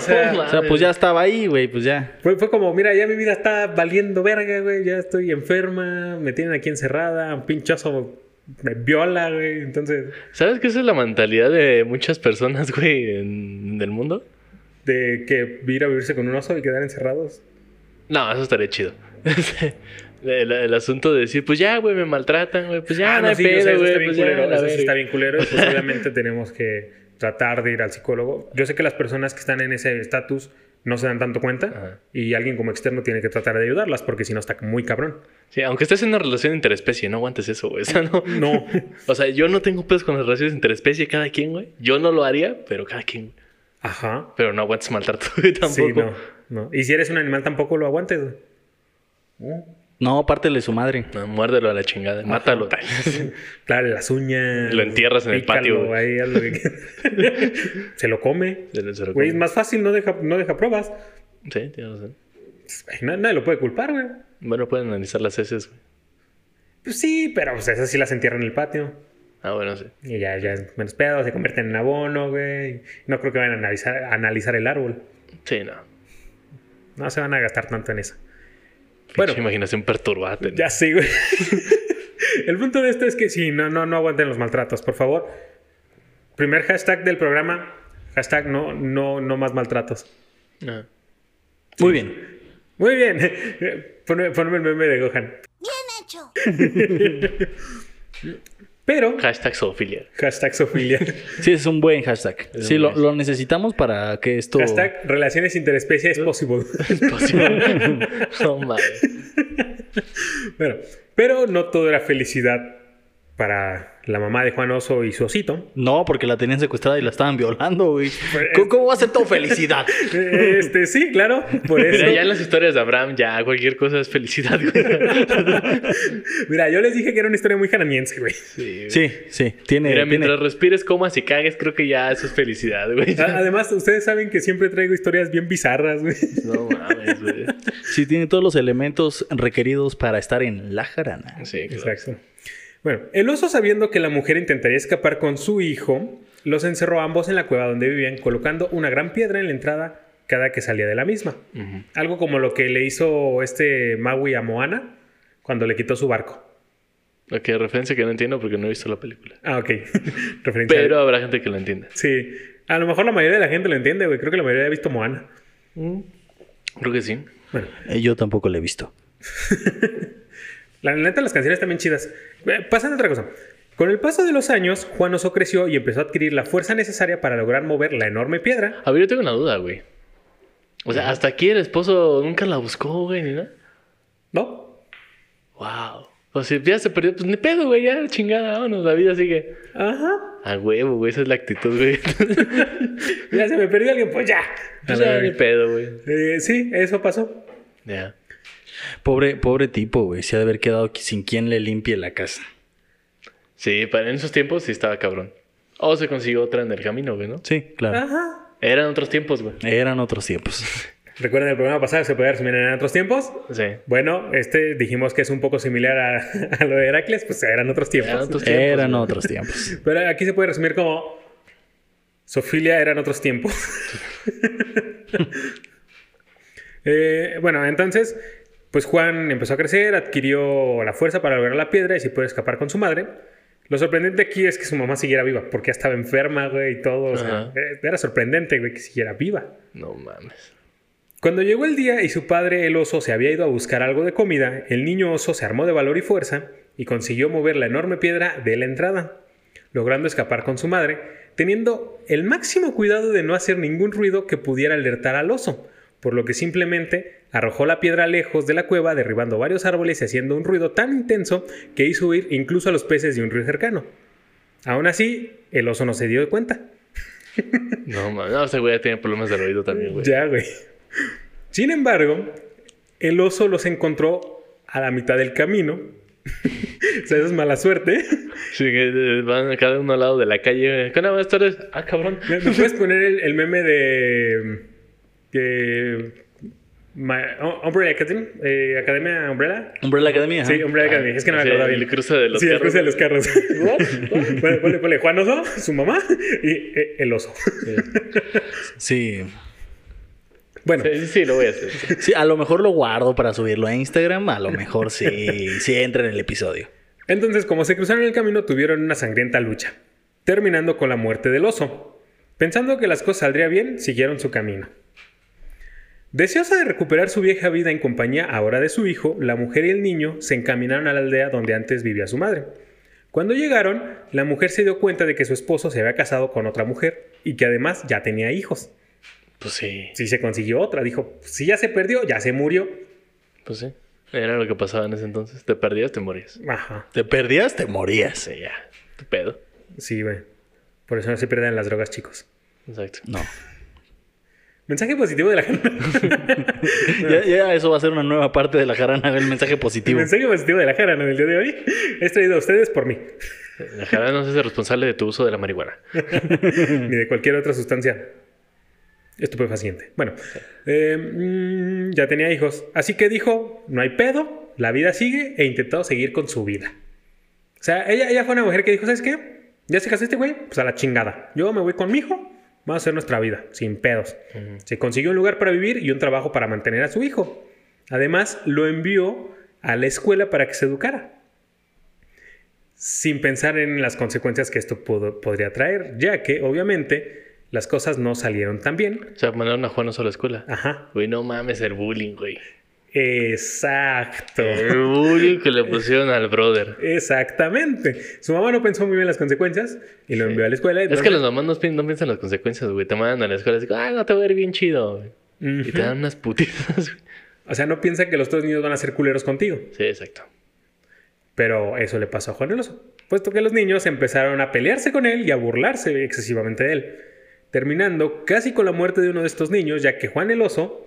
C: sea,
A: O sea, pues ya estaba ahí, güey, pues ya.
C: fue, fue como, mira, ya mi vida está valiendo verga, güey, ya estoy enferma, me tienen aquí encerrada, un pinchazo me viola, güey, entonces,
B: ¿Sabes que esa es la mentalidad de muchas personas, güey, en, del mundo?
C: de que ir a vivirse con un oso y quedar encerrados.
B: No, eso estaría chido. el, el asunto de decir, pues ya, güey, me maltratan, güey, pues ya,
C: Ah,
B: no,
C: no,
B: hay
C: sí, yo sé,
B: pedo,
C: eso
B: güey,
C: está bien
B: pues ya,
C: culero,
B: la
C: eso sí
B: verga.
C: está bien culero, y pues obviamente tenemos que tratar de ir al psicólogo. Yo sé que las personas que están en ese estatus no se dan tanto cuenta
B: Ajá.
C: y alguien como externo tiene que tratar de ayudarlas porque si no está muy cabrón.
B: Sí, aunque estés en una relación interespecie, no aguantes eso, güey. O sea, no.
C: No.
B: O sea, yo no tengo pedos con las relaciones interespecie, cada quien, güey. Yo no lo haría, pero cada quien.
C: Ajá.
B: Pero no aguantes maltrato, güey, tampoco.
C: Sí, no, no. Y si eres un animal tampoco lo aguantes. güey.
A: No, pártele su madre.
B: No, muérdelo a la chingada, mátalo.
C: Claro, las uñas.
B: Lo entierras en el patio, güey.
C: ahí, haz lo que quieras. Se lo come.
B: Se lo- se lo
C: Güey, es
B: come.
C: más fácil, no deja, no deja pruebas.
B: Sí, tienes razón.
C: Ay, na- nadie lo puede culpar, güey.
B: Bueno, pueden analizar las heces, güey.
C: Pues sí, pero pues, esas sí las entierran en el patio.
B: Ah, bueno, sí.
C: Y ya, ya es menos pedo, se convierten en abono, güey. No creo que vayan a analizar, a analizar el árbol.
B: Sí, no.
C: No se van a gastar tanto en eso.
B: Bueno,
C: Bueno.
B: imaginación perturbante. ¿no?
C: Ya sí, güey. El punto de esto es que sí, no, no, no aguanten los maltratos, por favor. Primer hashtag del programa, hashtag no, no, no más maltratos.
B: Ajá.
A: Muy bien.
C: Muy bien. Eh, Ponme, ponme el meme de Gohan.
E: hecho.
C: Pero,
B: Hashtag zoofilia.
C: hashtag Sofía.
A: Sí, es un buen hashtag.
B: Es
A: Sí,
B: un
A: lo,
B: buen
A: lo necesitamos para que esto.
C: hashtag relaciones interespecies es posible.
B: no mames.
C: Bueno, pero no todo era felicidad para la mamá de Juan Oso y su osito.
A: No, porque la tenían secuestrada y la estaban violando, güey.
C: Pues-
A: ¿Cómo, cómo va a ser todo felicidad?
C: Eh, Este, sí, claro. Por eso.
B: Mira, ya las historias de Abraham, ya cualquier cosa es felicidad, güey.
C: Mira, yo les dije que era una historia muy jaraniense, güey.
B: Sí.
A: Sí, sí. Tiene.
B: Mira,
A: tiene-
B: mientras respires, comas y cagues, creo que ya eso es felicidad, güey.
C: A- Además, ustedes saben que siempre traigo historias bien bizarras, güey.
B: No mames, güey.
A: Sí, tiene todos los elementos requeridos para estar en la jarana.
B: Sí, claro.
C: Exacto. Bueno, el oso sabiendo que la mujer intentaría escapar con su hijo, los encerró a ambos en la cueva donde vivían, colocando una gran piedra en la entrada cada que salía de la misma.
B: Ujú.
C: Algo como lo que le hizo este Maui a Moana cuando le quitó su barco.
B: Ok, referencia que no entiendo porque no he visto la película.
C: Ah, ok. Referencia.
B: Pero habrá gente que lo entienda.
C: Sí. A lo mejor la mayoría de la gente lo entiende, güey. Creo que la mayoría ha visto Moana.
B: Creo que sí.
A: Eh, Yo tampoco la he visto.
C: La neta, las canciones también chidas. Eh, Pasan a otra cosa. Con el paso de los años, Juan Oso creció y empezó a adquirir la fuerza necesaria para lograr mover la enorme piedra.
B: A ver, yo tengo una duda, güey. O sea, hasta aquí el esposo nunca la buscó, güey, ni nada.
C: ¿No?
B: Wow. O sea, ya se perdió, pues ni pedo, güey, ya chingada, vámonos, la vida sigue.
C: Ajá.
B: A huevo, güey, esa es la actitud, güey.
C: Ya se me perdió alguien, pues ya.
B: Pues ya, ni pedo, güey.
C: Eh, sí, eso pasó.
B: Ya.
A: Pobre, pobre tipo, güey. Se ha de haber quedado sin quien le limpie la casa.
B: Sí, para en esos tiempos sí estaba cabrón. O se consiguió otra en el camino, güey, ¿no?
A: Sí, claro.
B: Ah.
C: Ajá.
B: Eran otros tiempos, güey.
A: Eran otros tiempos.
C: ¿Recuerdan el programa pasado? ¿Se puede resumir en otros tiempos?
B: Sí.
C: Bueno, este dijimos que es un poco similar a, a lo de Heracles, pues eran otros tiempos.
B: Eran otros tiempos.
A: Eran
B: güey.
A: otros tiempos.
C: Pero aquí se puede resumir como... Sofilia eran otros tiempos. Eh, bueno, entonces Pues Juan empezó a crecer, adquirió la fuerza para lograr la piedra y se pudo escapar con su madre. Lo sorprendente aquí es que su mamá siguiera viva, porque ya estaba enferma, güey, y todo. o sea,
B: Ajá.
C: eh, era sorprendente, güey, que siguiera viva.
B: No mames.
C: Cuando llegó el día y su padre, el oso, se había ido a buscar algo de comida, el niño oso se armó de valor y fuerza y consiguió mover la enorme piedra de la entrada, logrando escapar con su madre, teniendo el máximo cuidado de no hacer ningún ruido que pudiera alertar al oso, por lo que simplemente arrojó la piedra lejos de la cueva, derribando varios árboles y haciendo un ruido tan intenso que hizo huir incluso a los peces de un río cercano. Aún así, el oso no se dio cuenta.
B: No mames. No, ese güey ya tiene problemas del oído también, güey.
C: Ya, güey. Sin embargo, el oso los encontró a la mitad del camino. o sea, eso es mala suerte.
B: Sí, que eh, van a cada uno al lado de la calle. güey. ¿Qué onda? Buenas tardes. Ah, cabrón.
C: ¿Me me puedes poner el, el meme de. de my- oh, Umbrella Academy? eh, ¿Academia Umbrella?
A: Umbrella Academy, ajá.
C: Sí, Umbrella Academy. Es que no me
B: Sí,
C: acordaba bien.
B: El cruce de los
C: sí, el
B: carros.
C: cruce de los carros. bueno, ponle, ponle Juan Oso, su mamá y eh, el oso.
A: Sí.
C: Bueno,
B: Sí, sí, lo voy a hacer. sí.
A: Sí, a lo mejor lo guardo para subirlo a Instagram. A lo mejor sí. sí entra en el episodio.
C: Entonces, como se cruzaron el camino, tuvieron una sangrienta lucha, terminando con la muerte del oso. Pensando que las cosas saldrían bien, siguieron su camino. Deseosa de recuperar su vieja vida en compañía ahora de su hijo, la mujer y el niño se encaminaron a la aldea donde antes vivía su madre. Cuando llegaron, la mujer se dio cuenta de que su esposo se había casado con otra mujer y que además ya tenía hijos.
B: Pues sí.
C: Si se consiguió otra, dijo, si ya se perdió, ya se murió.
B: Pues sí. Era lo que pasaba en ese entonces. Te perdías, te morías.
C: Ajá.
A: Te perdías, te morías.
B: Sí, ya. Tu pedo.
C: Sí, güey. Por eso no se pierdan las drogas, chicos.
B: Exacto.
A: No.
C: Mensaje positivo de la gente.
A: Ya, ya eso va a ser una nueva parte de la jarana, el mensaje
C: El
A: positivo.
C: mensaje positivo de la jarana del día de hoy es traído a ustedes por mí,
B: La jarana no se hace responsable de tu uso de la marihuana.
C: ni de cualquier otra sustancia estupefaciente. Bueno, eh, mm, ya tenía hijos, así que dijo, no hay pedo, la vida sigue e intentó seguir con su vida. O sea, ella, ella fue una mujer que dijo, ¿sabes qué? Ya se casó este güey, pues a la chingada. Yo me voy con mi hijo, vamos a hacer nuestra vida, sin pedos. Se consiguió un lugar para vivir y un trabajo para mantener a su hijo. Además, lo envió a la escuela para que se educara. sin pensar en las consecuencias que esto pudo- podría traer, ya que obviamente las cosas no salieron tan bien.
B: O sea, mandaron a Juan Oso a la escuela.
C: Ajá,
B: Güey, no mames el bullying, güey.
C: exacto.
B: El bullying que le pusieron al brother.
C: Exactamente. Su mamá no pensó muy bien las consecuencias y lo envió a la escuela.
B: Es que los mamás no, pi- no piensan las consecuencias, güey. Te mandan a la escuela y dicen, ah, no te va a ir bien chido, güey. Y te dan unas putizas, güey.
C: O sea, no piensa que los dos niños van a ser culeros contigo.
B: Sí, exacto.
C: Pero eso le pasó a Juan el Oso, puesto que los niños empezaron a pelearse con él y a burlarse excesivamente de él, terminando casi con la muerte de uno de estos niños, ya que Juan el Oso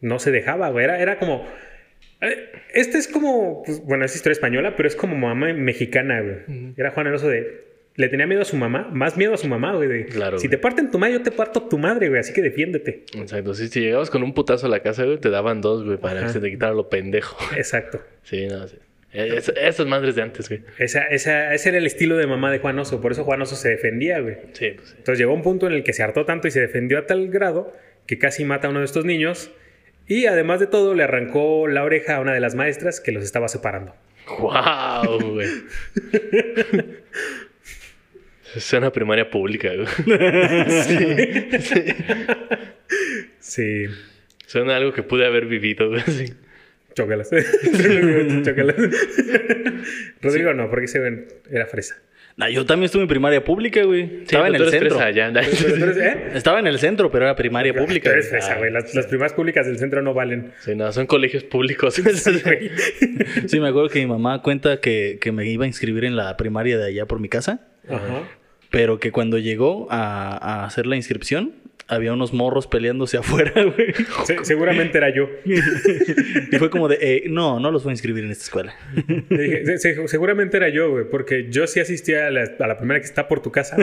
C: no se dejaba, güey, era, era como... eh, Este es como, pues, bueno, es historia española, pero es como mamá mexicana, güey. Era Juan el Oso de... Le tenía miedo a su mamá, más miedo a su mamá, güey. de,
B: Claro,
C: Si
B: güey.
C: te parten tu madre, yo te parto tu madre, güey, así que defiéndete.
B: Exacto. Sí, si llegabas con un putazo a la casa, güey, te daban dos, güey, para
C: Ajá.
B: que se te quitara lo pendejo.
C: Exacto.
B: Sí, no, sí. E-, Es- esas madres de antes, güey.
C: Esa, esa, ese era el estilo de mamá de Juan Oso, por eso Juan Oso se defendía, güey.
B: Sí, pues sí.
C: Entonces llegó un punto en el que se hartó tanto y se defendió a tal grado que casi mata a uno de estos niños y además de todo le arrancó la oreja a una de las maestras que los estaba separando.
B: ¡Guau, güey! Es una primaria pública, güey.
C: Sí,
B: Suena algo que pude haber vivido, güey. sí.
C: chócalas. Chócalas. Rodrigo no, porque ese güey era fresa.
A: Nah, Ah, yo también estuve en primaria pública, güey. Estaba en
B: pero
A: el
B: tú eres
A: centro.
B: fresa, ya.
C: Pero tú eres- ¿eh?
A: Estaba en el centro, pero era primaria pública.
C: Tú eres
A: güey.
C: fresa, güey. Las, las primas públicas del centro no valen.
B: Sí, no, son colegios públicos.
C: Güey.
A: Ah, Sí, me acuerdo que mi mamá cuenta que, que me iba a inscribir en la primaria de allá por mi casa,
C: Ajá.
A: pero que cuando llegó a, a hacer la inscripción, había unos morros peleándose afuera, güey.
C: Se- seguramente era yo.
A: Y fue como de, eh, no, no los voy a inscribir en esta escuela.
C: Le dije, "Se- se- seguramente era yo, güey, porque yo sí asistía a la, a la primera que está por tu casa.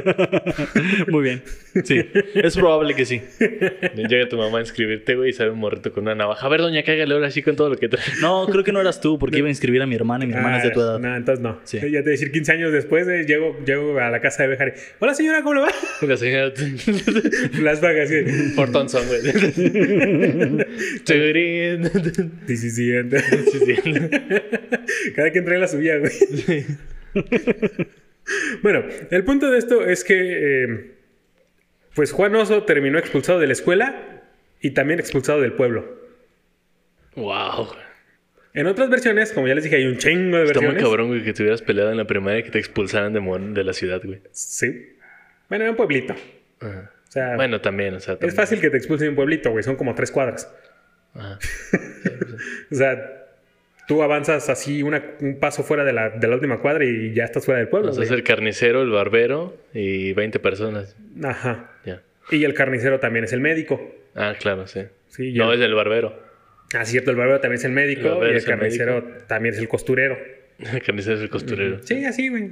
A: Muy bien. Sí, es probable que sí.
B: Llega tu mamá a inscribirte, güey, y sale un morrito con una navaja. A ver, doña, cágale ahora sí con todo lo que trae.
A: No, creo que no eras tú, porque iba a inscribir a mi hermana y mi hermana es de
C: Ah,
A: tu edad.
C: No, entonces no.
A: Sí.
C: Ya te voy a decir 15 años después, eh, llego, llego a la casa de Bejar. y, Hola señora, ¿cómo le va?
B: La señora...
C: Flashback verga, así de,
B: Fortón Song, güey. Turín.
C: This is the end.
B: Sí, sí.
C: Cada quien trae la suya, güey. bueno, el punto de esto es que, eh, pues Juan Oso terminó expulsado de la escuela y también expulsado del pueblo.
B: Wow.
C: En otras versiones, como ya les dije, hay un chingo de
B: Está muy
C: versiones.
B: cabrón, güey, que te hubieras peleado en la primaria y que te expulsaran de, mon- de la ciudad, güey.
C: Sí. Bueno, era un pueblito. O
B: Ajá.
C: sea,
B: Bueno, también, o sea.
C: Ah. es
B: también.
C: fácil que te expulsen de un pueblito, güey. Son como tres cuadras.
B: Ajá.
C: O sea, tú avanzas así una- un paso fuera de la, de la última cuadra y ya estás fuera del pueblo.
B: O sea, es
C: güey.
B: el carnicero, el barbero y 20 personas.
C: Ajá.
B: Ya.
C: Y el carnicero también es el médico.
B: Ah, claro, sí.
C: Sí, y
B: No,
C: el-
B: es el barbero.
C: Ah, cierto, el barbero también es el
B: El
C: médico
B: barbero
C: y el
B: es el
C: carnicero también es el costurero.
B: El carnicero es el costurero.
C: Sí, así, güey.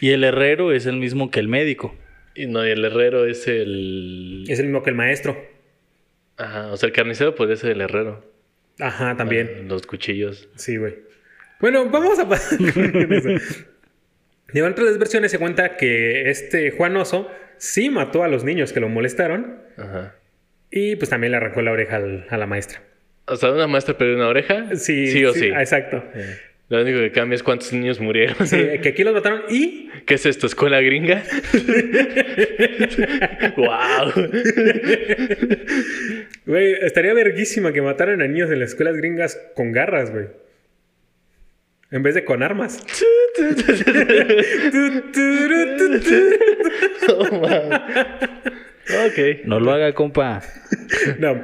A: Y el herrero es el mismo que el médico.
B: Y no, y el herrero es el.
C: Es el mismo que el maestro.
B: Ajá, o sea, el carnicero podría ser el herrero.
C: Ajá, también.
B: Ah, Los cuchillos.
C: Sí, güey. Bueno, vamos a pasar con eso. Y en otras versiones se cuenta que este Juan Oso sí mató a los niños que lo molestaron
B: Ajá.
C: y pues también le arrancó la oreja al- a la maestra.
B: O sea, una maestra perdió una oreja.
C: Sí,
B: Sí o sí.
C: ah, Exacto.
B: Eh, Lo único que cambia es cuántos niños murieron.
C: Sí, que aquí los mataron y
B: ¿Qué es esto? ¿Escuela gringa? ¡Wow!
C: Güey, estaría verguísima que mataran a niños en las escuelas gringas con garras, güey. En vez de con armas. Tu, turu, tu, tu.
B: ok.
A: No lo haga, compa.
C: no,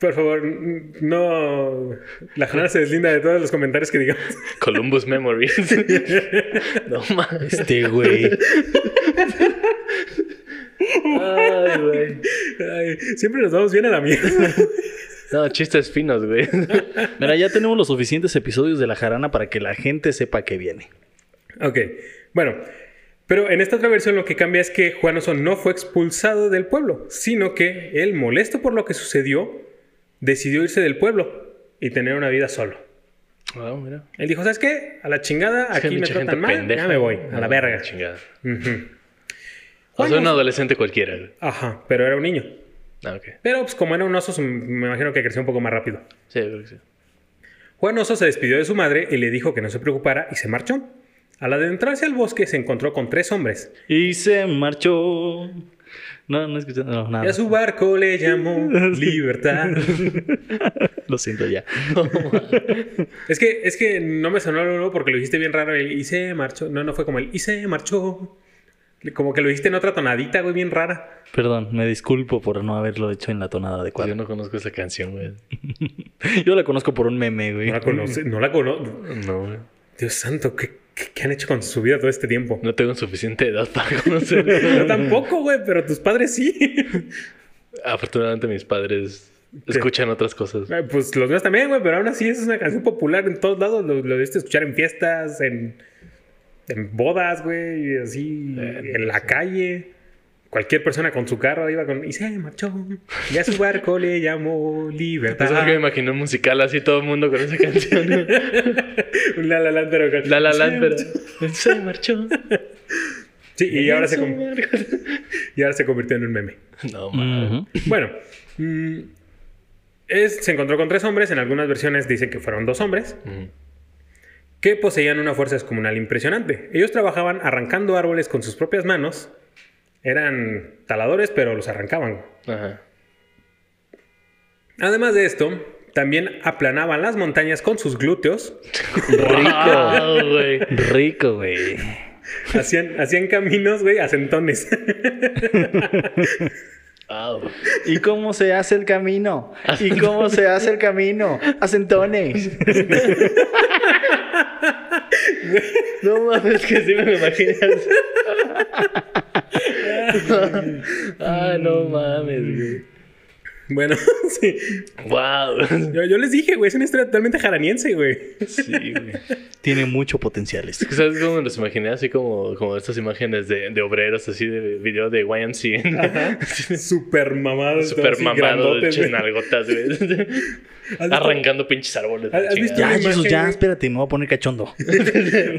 C: por favor, n- no. La jornada se deslinda de todos los comentarios que digamos.
B: Columbus Memories. no mames.
A: Este güey.
B: Ay, güey.
C: Ay, siempre nos vamos bien a la mierda.
B: No, chistes finos, güey.
A: Mira, ya tenemos los suficientes episodios de La Jarana para que la gente sepa que viene.
C: ok, bueno. Pero en esta otra versión lo que cambia es que Juan Oso no fue expulsado del pueblo, sino que él, molesto por lo que sucedió, decidió irse del pueblo y tener una vida solo.
B: Wow, mira.
C: Él dijo, ¿sabes qué? A la chingada,
B: Es que
C: aquí
B: hay
C: me
B: mucha gente
C: tratan mal,
B: pendeja. Ah,
C: ya me voy, a la verga.
B: Chingada.
C: Ujú.
B: O
C: Bueno,
B: sea, un adolescente cualquiera, güey.
C: Ajá, pero era un niño.
B: Ah, ok.
C: Pero pues como era un oso, se- me imagino que creció un poco más rápido.
B: Sí, creo que sí. Pues
C: Juan Oso se despidió de su madre y le dijo que no se preocupara y se marchó. Al adentrarse al bosque se encontró con tres hombres.
A: Y se marchó. No, no escuché. No,
C: Y
A: nada.
C: a su barco le llamó Libertad.
A: Lo siento ya.
C: es, que, es que no me sonó luego porque lo dijiste bien raro. El y se marchó. No, no fue como el y se marchó. Como que lo dijiste en otra tonadita, güey, bien rara.
A: Perdón, me disculpo por no haberlo hecho en la tonada
B: Pues
A: adecuada.
B: yo no conozco esa canción, güey.
A: Yo la conozco por un meme, güey.
C: No la conoce, no la conozco.
B: No, güey.
C: Dios santo, ¿qué, qué- qué han hecho con su vida todo este tiempo?
B: No tengo suficiente edad para conocer.
C: Yo tampoco, güey, pero tus padres sí.
B: Afortunadamente mis padres escuchan otras cosas.
C: Eh, pues los míos también, güey, pero aún así es una canción popular en todos lados. Lo, lo debiste escuchar en fiestas, en, en bodas, güey, y así,
B: Eh,
C: en la calle. Cualquier persona con su carro iba con... Y se marchó. Y a su barco le llamó libertad.
B: ¿Sabes que me imaginé un musical así todo el mundo con esa canción? güey.
C: Un la la Land, pero con-
B: La la la,
C: Sí,
B: pero se marchó.
C: Sí, y ahora, se,
B: Su
C: con-
B: barco.
C: y ahora se convirtió en un meme.
B: No, mames.
A: Ujú.
C: Bueno, mm, es- se encontró con tres hombres. En algunas versiones dicen que fueron dos hombres
B: Ujú.
C: que poseían una fuerza descomunal impresionante. Ellos trabajaban arrancando árboles con sus propias manos. Eran taladores, pero los arrancaban.
B: Ajá.
C: Además de esto, también aplanaban las montañas con sus glúteos,
A: Rico.
B: Wow, güey.
A: Rico, güey.
C: hacían, hacían caminos, güey, acentones.
B: Wow.
A: ¿Y cómo se hace el camino? ¿Y cómo se hace el camino? Acentones.
B: No mames, que sí me lo imaginas. ah, no mames,
C: bueno, sí.
B: güey. Wow.
C: Yo, yo les dije, güey, es una historia totalmente jaraniense, güey.
B: Sí, güey.
A: Tiene mucho potencial este.
B: ¿Sabes cómo me los imaginé? Así como, como estas imágenes de, de obreros, así de videos de YMCA.
C: Super mamados.
B: Super
C: así,
B: mamado de
C: grandotes, güey.
B: chinalgotas, güey.
C: ¿Has visto-
B: Arrancando pinches árboles.
C: ¿Has- has
B: chingada.
C: visto?
A: Ya,
C: Una
A: Jesús, ya,
C: imagen.
A: espérate, me voy a poner cachondo.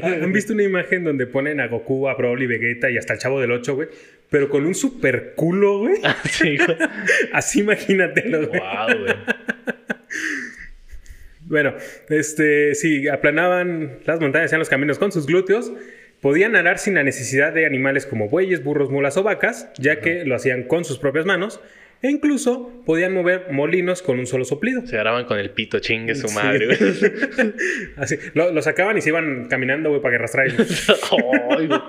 C: ¿Han visto una imagen donde ponen a Goku, a Broly, Vegeta y hasta el Chavo del 8, güey? pero con un super culo, güey.
B: Sí, güey.
C: Así imagínatelo, güey.
B: Wow, güey.
C: Bueno, este, sí, aplanaban las montañas, hacían los caminos con sus glúteos. Podían arar sin la necesidad de animales como bueyes, burros, mulas o vacas, ya que lo hacían con sus propias manos. E incluso podían mover molinos con un solo soplido.
B: Se graban con el pito, chingue su
C: Sí.
B: madre, güey.
C: Así, lo, lo sacaban y se iban caminando, güey, para que arrastraran.
B: Ay, güey.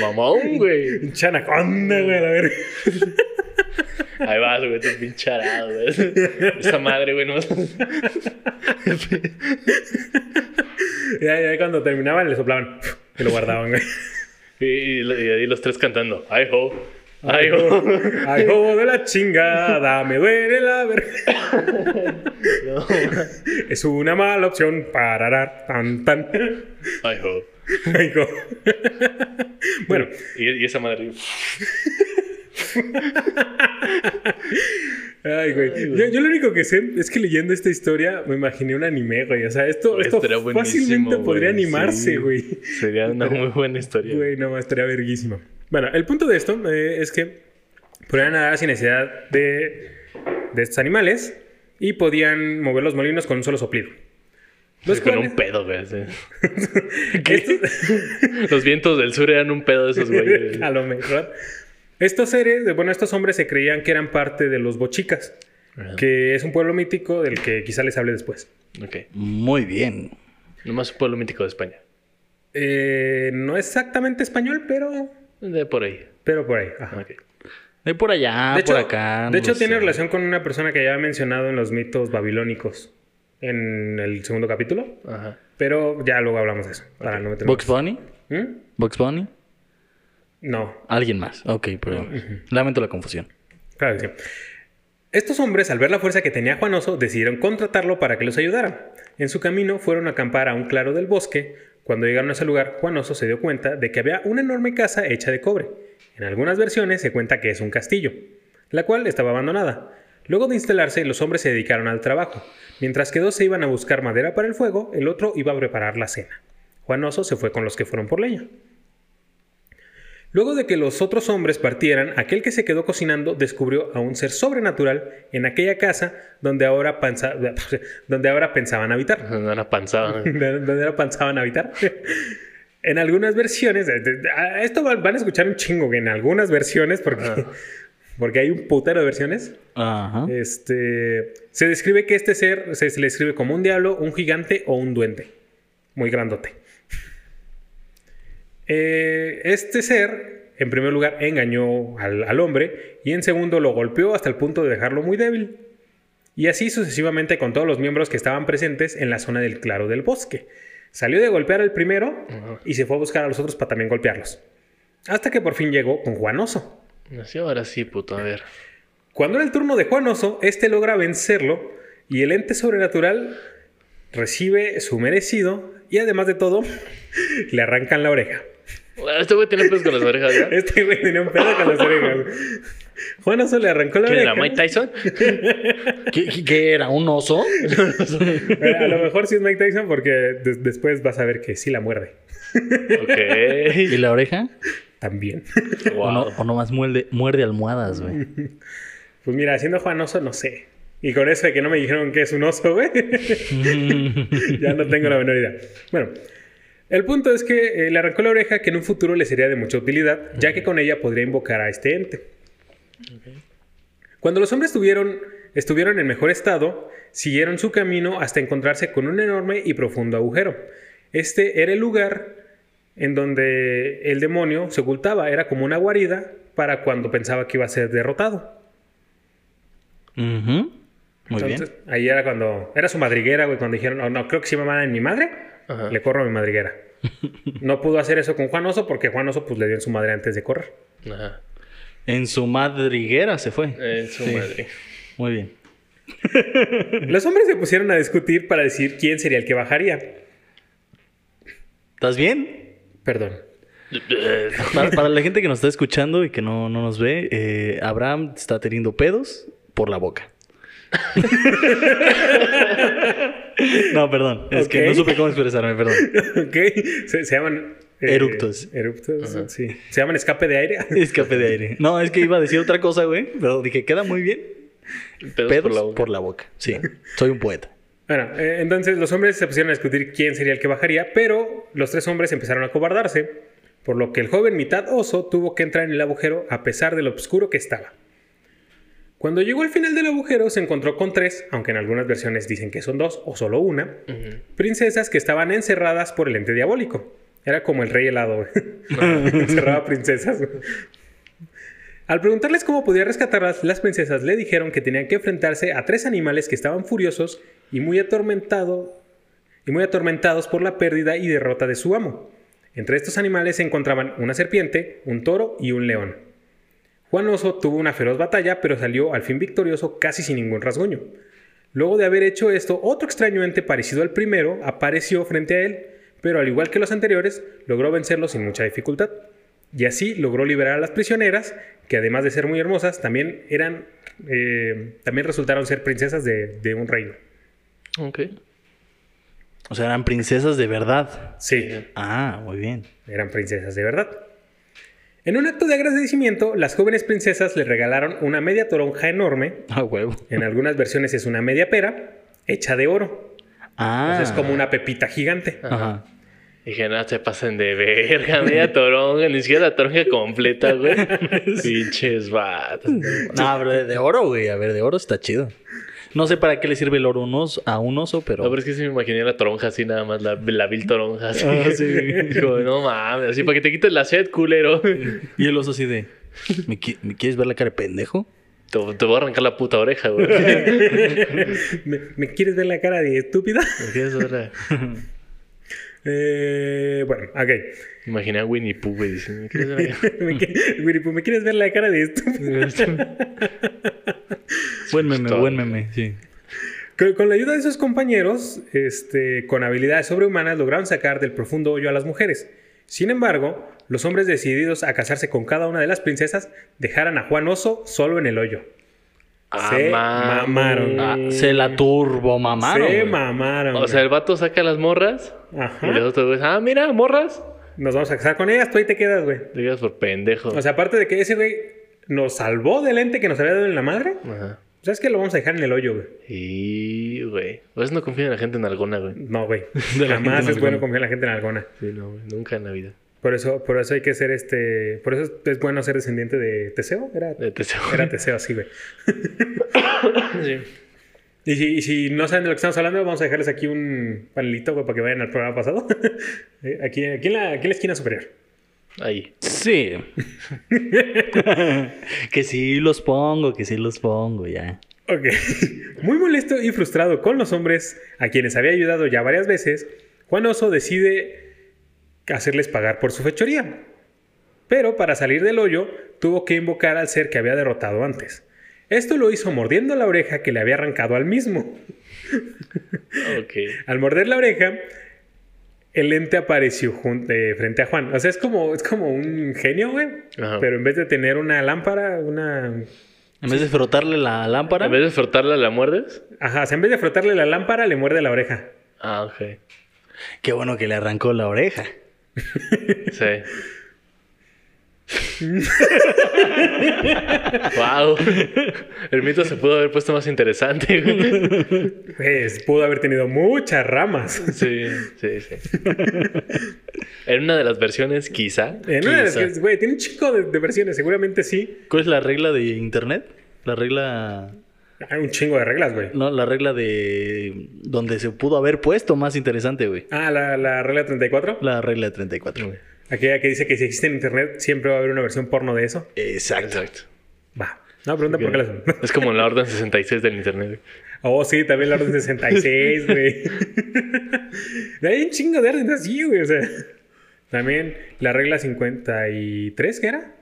B: Mamón, güey.
C: Pinche anaconda, güey, a la verga.
B: Ahí vas, güey, tú pinche arado, güey. Esa madre, güey, no.
C: Ya, ya cuando terminaban le soplaban y lo guardaban, güey.
B: Y, y- y ahí los tres cantando. Ay, ho. Ay, ho.
C: Ay, hijo de la chingada, me duele la verga.
B: No.
C: Es una mala opción parar tan tan.
B: Ay, ho.
C: Ay, hijo. Bueno,
B: Y, y esa madre.
C: ay, güey. Yo, yo lo único que sé es que leyendo esta historia me imaginé un anime, güey. O sea, esto,
B: Güey,
C: esto
B: estaría buenísimo,
C: fácilmente
B: güey,
C: podría
B: sí.
C: animarse, güey.
B: Sería una muy buena historia.
C: Güey, no, estaría verguísima. Bueno, el punto de esto eh, es que podían nadar sin necesidad de, de estos animales y podían mover los molinos con un solo soplido. Los
B: Sí, con
C: cuales-
B: un pedo, güey. así.
C: estos-
B: Los vientos del sur eran un pedo de esos güeyes.
C: a lo mejor. Estos seres, bueno, estos hombres se creían que eran parte de los bochicas, que es un pueblo mítico del que quizá les hable después.
B: Ok.
A: Muy bien.
B: Nomás un pueblo mítico de España.
C: Eh, no exactamente español, pero,
B: De por ahí.
C: pero por ahí. ajá.
B: Ok.
A: De por allá,
C: de
A: Ah, por
C: hecho,
A: acá. no
C: de hecho
A: lo
C: tiene
A: sé.
C: relación con una persona que ya he mencionado en los mitos babilónicos en el segundo capítulo,
B: Ajá.
C: pero ya luego hablamos de eso. Para no meterme-
A: ¿Box Bunny?
C: ¿Mm?
A: ¿Box Bunny?
C: No,
A: Alguien más. Ok, perdón. Lamento la confusión.
C: claro que sí. Estos hombres, al ver la fuerza que tenía Juanoso, decidieron contratarlo para que los ayudara. En su camino fueron a acampar a un claro del bosque. Cuando llegaron a ese lugar, Juanoso se dio cuenta de que había una enorme casa hecha de cobre. En algunas versiones se cuenta que es un castillo, la cual estaba abandonada. Luego de instalarse, los hombres se dedicaron al trabajo. Mientras que dos se iban a buscar madera para el fuego, el otro iba a preparar la cena. Juanoso se fue con los que fueron por leña. Luego de que los otros hombres partieran, aquel que se quedó cocinando descubrió a un ser sobrenatural en aquella casa donde ahora, panza- donde ahora pensaban habitar.
B: Una panzada.
C: donde ahora pensaban habitar. en algunas versiones, de- de- de- a esto van, van a escuchar un chingo, que en algunas versiones, porque, porque hay un putero de versiones.
A: Ajá.
C: Este, se describe que este ser se, se le describe como un diablo, un gigante o un duende. Muy grandote. Eh, este ser, en primer lugar, engañó al, al hombre y en segundo lo golpeó hasta el punto de dejarlo muy débil. Y así sucesivamente con todos los miembros que estaban presentes en la zona del claro del bosque. Salió de golpear al primero
B: Ajá.
C: y se fue a buscar a los otros para también golpearlos. Hasta que por fin llegó con Juanoso.
B: Así ahora sí, puto. A ver.
C: Cuando era el turno de Juan Oso, este logra vencerlo y el ente sobrenatural recibe su merecido y además de todo, le arrancan la oreja.
B: Bueno, Este güey tiene pedos con las orejas, ¿verdad?
C: Este güey tenía un pedo con las orejas. Juan Oso le arrancó la
B: ¿Quién era
C: oreja.
B: Mike Tyson?
A: ¿Qué, qué- qué era? ¿Un oso?
C: Pero a lo mejor sí es Mike Tyson porque des- después vas a ver que sí la muerde.
A: ¿Y
B: Ok.
A: la oreja?
C: También.
A: O, no,
B: Wow.
A: o nomás muerde, muerde almohadas, güey.
C: Pues mira, haciendo Juan Oso no sé. Y con eso de que no me dijeron que es un oso, güey. ya no tengo la menor idea. Bueno, el punto es que eh, le arrancó la oreja que en un futuro le sería de mucha utilidad, ya que con ella podría invocar a este ente. Cuando los hombres tuvieron- estuvieron en mejor estado, siguieron su camino hasta encontrarse con un enorme y profundo agujero. Este era el lugar en donde el demonio se ocultaba, era como una guarida para cuando pensaba que iba a ser derrotado.
A: Ujú. Muy
C: Entonces, Ahí era cuando. Era su madriguera, güey. Cuando dijeron, "Oh, no, creo que si me mandan en mi madre,
B: Ajá.
C: le corro a mi madriguera. No pudo hacer eso con Juan Oso porque Juan Oso pues, le dio en su madre antes de correr.
B: Ajá.
A: bien. En su madriguera se fue.
B: En Eh, su
A: Sí.
B: madre.
A: Muy bien.
C: Los hombres se pusieron a discutir para decir quién sería el que bajaría.
A: ¿Estás bien?
C: Perdón.
B: Eh,
A: Para, para la gente que nos está escuchando y que no, no nos ve, eh, Abraham está teniendo pedos por la boca. no, perdón. Es que
C: Ok.
A: no supe cómo expresarme, perdón.
C: ok. Se, se llaman eh,
A: Eructos.
C: Eructos,
B: Ajá.
C: sí. Se llaman escape de aire.
A: Escape de aire. No, es que iba a decir otra cosa, güey. Pero dije, queda muy bien.
B: Pedos
A: Pedos
B: por la boca.
A: boca. Sí, soy un poeta.
C: Bueno, eh, entonces los hombres se pusieron a discutir quién sería el que bajaría, pero los tres hombres empezaron a cobardarse, por lo que el joven mitad oso tuvo que entrar en el agujero a pesar de lo oscuro que estaba. Cuando llegó al final del agujero se encontró con tres, aunque en algunas versiones dicen que son dos o solo una,
B: Ujú.
C: princesas que estaban encerradas por el ente diabólico. Era como el rey helado, güey. Encerraba princesas. güey. Al preguntarles cómo podía rescatarlas, las princesas le dijeron que tenían que enfrentarse a tres animales que estaban furiosos y muy atormentado y muy atormentados por la pérdida y derrota de su amo. Entre estos animales se encontraban una serpiente, un toro y un león. Juan Oso tuvo una feroz batalla, pero salió al fin victorioso casi sin ningún rasguño. Luego de haber hecho esto, otro extraño ente parecido al primero apareció frente a él, pero al igual que los anteriores, logró vencerlo sin mucha dificultad. Y así logró liberar a las prisioneras, que además de ser muy hermosas, también eran. eh, también resultaron ser princesas de, de un reino.
B: Ok.
A: O sea, eran princesas de verdad.
C: Sí,
A: Ah, muy bien.
C: eran princesas de verdad. En un acto de agradecimiento, las jóvenes princesas le regalaron una media toronja enorme,
A: Ah, huevo.
C: en algunas versiones es una media pera, hecha de oro.
A: Ah.
C: Entonces es como una pepita gigante.
A: Ajá.
B: Dije, no, se pasen de verga, media toronja, ni siquiera la toronja completa, güey. Pinches vatos.
A: No, pero de, de oro, güey. A ver, de oro está chido. No sé para qué le sirve el oro a un oso, a un oso pero...
B: No, pero es que sí me imaginé la toronja así nada más, la, la vil toronja así.
A: Ah, sí.
B: Digo, no mames, así para que te quites la sed, culero. Te,
A: Y el oso así de... ¿Me, qui- me quieres ver la cara de pendejo?
B: te voy a arrancar la puta oreja, güey.
C: ¿Me, me quieres ver la cara de estúpida?
B: ¿Qué es ahora?
C: Eh, bueno, ok.
B: Imaginé a Winnie Pooh, güey, diciendo, ¿qué es ahora?
C: ¿Me, qui- Güey, pues, ¿me quieres ver la cara de estúpida?
A: Buen meme,
B: Está-
A: buen meme, sí.
C: Con, con la ayuda de sus compañeros, este, con habilidades sobrehumanas, lograron sacar del profundo hoyo a las mujeres. Sin embargo, los hombres decididos a casarse con cada una de las princesas dejaron a Juan Oso solo en el hoyo. Se
B: mames.
C: mamaron.
A: Ah, se la turbo mamaron.
C: Se
A: güey.
C: mamaron.
B: O sea, el vato saca las morras
C: Ajá.
B: y los otros güeyes, ah, mira, morras.
C: Nos vamos a casar con ellas, tú ahí te quedas, güey.
B: Te quedas por pendejo.
C: O sea, aparte de que ese güey nos salvó del ente que nos había dado en la madre,
B: Ajá.
C: ¿sabes qué? Lo vamos a dejar en el hoyo, güey.
B: Y, güey. A veces no confío en la gente en alguna, güey.
C: No, güey.
A: De la gente
C: Jamás
A: en
C: es bueno
A: alguna.
C: confiar en la gente en alguna.
B: Sí, no, güey. Nunca en la vida.
C: Por eso, por eso hay que ser este. Por eso es bueno ser descendiente de Teseo. Era,
B: Eh, Te aseguro.
C: era Teseo, así, güey.
B: Sí.
C: Y si, y si no saben de lo que estamos hablando, vamos a dejarles aquí un panelito, güey, para que vayan al programa pasado. Eh, aquí, aquí, en la, aquí en la esquina superior.
B: Ahí.
A: Sí. que sí los pongo, que sí los pongo, ya.
C: Ok. Muy molesto y frustrado con los hombres a quienes había ayudado ya varias veces, Juan Oso decide hacerles pagar por su fechoría. Pero para salir del hoyo, tuvo que invocar al ser que había derrotado antes. Esto lo hizo mordiendo la oreja que le había arrancado al mismo.
B: Ah, Ok.
C: Al morder la oreja, el ente apareció jun- eh, frente a Juan. O sea, es como, es como un genio, güey.
B: Ajá.
C: Pero en vez de tener una lámpara, una...
A: En vez de frotarle la lámpara,
B: En vez de frotarla, ¿la muerdes?
C: Ajá, o sea, en vez de frotarle la lámpara, le muerde la oreja.
B: Ah, ok.
A: qué bueno que le arrancó la oreja.
B: Sí. wow. El mito se pudo haber puesto más interesante. güey.
C: Pues pudo haber tenido muchas ramas.
B: Sí, sí, sí. En una de las versiones, quizá.
C: En una de las
B: quizá.
C: Eh, que- güey, tiene un chico de, de versiones, seguramente sí.
A: ¿Cuál es la regla de internet? La regla.
C: Hay un chingo de reglas, güey.
A: No, la regla de. Donde se pudo haber puesto más interesante, güey.
C: Ah, la, la regla 34.
A: La regla de 34.
C: Aquella que dice que si existe en internet siempre va a haber una versión porno de eso.
A: Exacto.
B: Exacto.
C: Va. No, pregunta por qué la hacen.
B: Es como la orden 66 del internet.
C: Oh, sí, también la orden 66, güey. Hay un chingo de orden así, güey. O sea. También la regla 53, ¿qué era?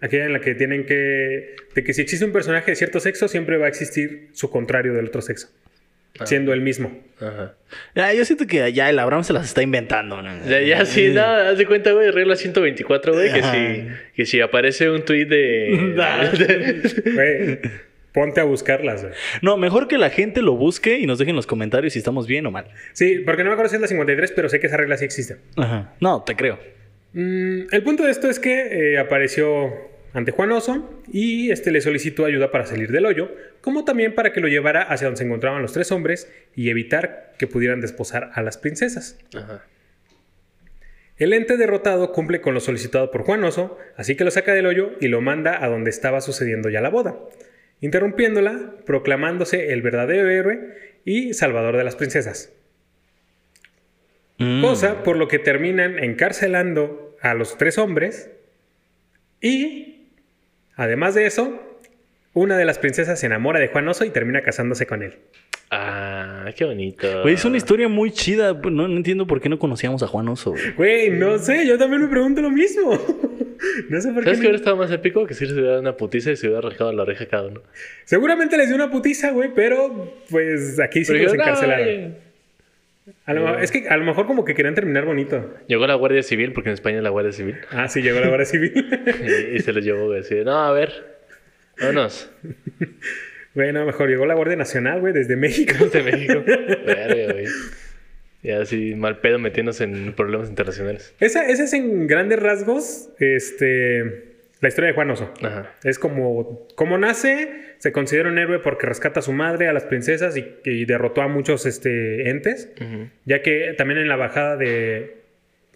C: Aquella en la que tienen que. De que si existe un personaje de cierto sexo, siempre va a existir su contrario del otro sexo.
B: Ah.
C: Siendo el mismo.
B: Ajá.
A: Ya, Ah, yo siento que ya el Abraham se las está inventando. ¿no? Eh,
B: Ya, ya sí,
C: Mm.
B: nada, haz de cuenta, güey, regla 124, güey, que si, que si aparece un tuit de...
A: Da.
B: de-
C: Güey, Ponte a buscarlas, güey.
A: No, mejor que la gente lo busque y nos dejen los comentarios si estamos bien o mal.
C: Sí, porque no me acuerdo si es la 53, pero sé que esa regla sí existe.
A: Ajá. No, te creo.
C: Mm, el punto de esto es que eh, apareció ante Juan Oso y este le solicitó ayuda para salir del hoyo, como también para que lo llevara hacia donde se encontraban los tres hombres y evitar que pudieran desposar a las princesas.
B: Ajá.
C: El ente derrotado cumple con lo solicitado por Juan Oso, así que lo saca del hoyo y lo manda a donde estaba sucediendo ya la boda, interrumpiéndola, proclamándose el verdadero héroe y salvador de las princesas.
A: Mm.
C: Cosa por lo que terminan encarcelando a los tres hombres. Y, además de eso, una de las princesas se enamora de Juan Oso y termina casándose con él.
B: Ah, qué bonito.
A: Güey, es una historia muy chida. No, no entiendo por qué no conocíamos a Juan Oso. güey.
C: Güey, no sé, yo también me pregunto lo mismo. No sé por qué.
B: ¿Sabes que
C: no-
B: hubiera estado más épico? Que si les hubiera dado una putiza y se hubiera rascado la oreja a cada uno.
C: Seguramente les dio una putiza, güey, pero pues aquí sí que los
B: yo, no,
C: encarcelaron.
B: eh.
C: A lo- es que a lo mejor como que querían terminar bonito.
B: Llegó la Guardia Civil, porque en España es la Guardia Civil.
C: Ah, sí, llegó la Guardia Civil.
B: Y, y se los llevó, güey. Así de, no, a ver. Vámonos.
C: bueno, mejor llegó la Guardia Nacional, güey, desde México.
B: De México. Verga, güey. Y así, mal pedo metiéndose en problemas internacionales.
C: Esa, esa es en grandes rasgos este, la historia de Juan Oso.
B: Ajá.
C: Es como, como nace, se considera un héroe porque rescata a su madre, a las princesas y, y derrotó a muchos este, entes,
B: Ujú.
C: ya que también en la bajada de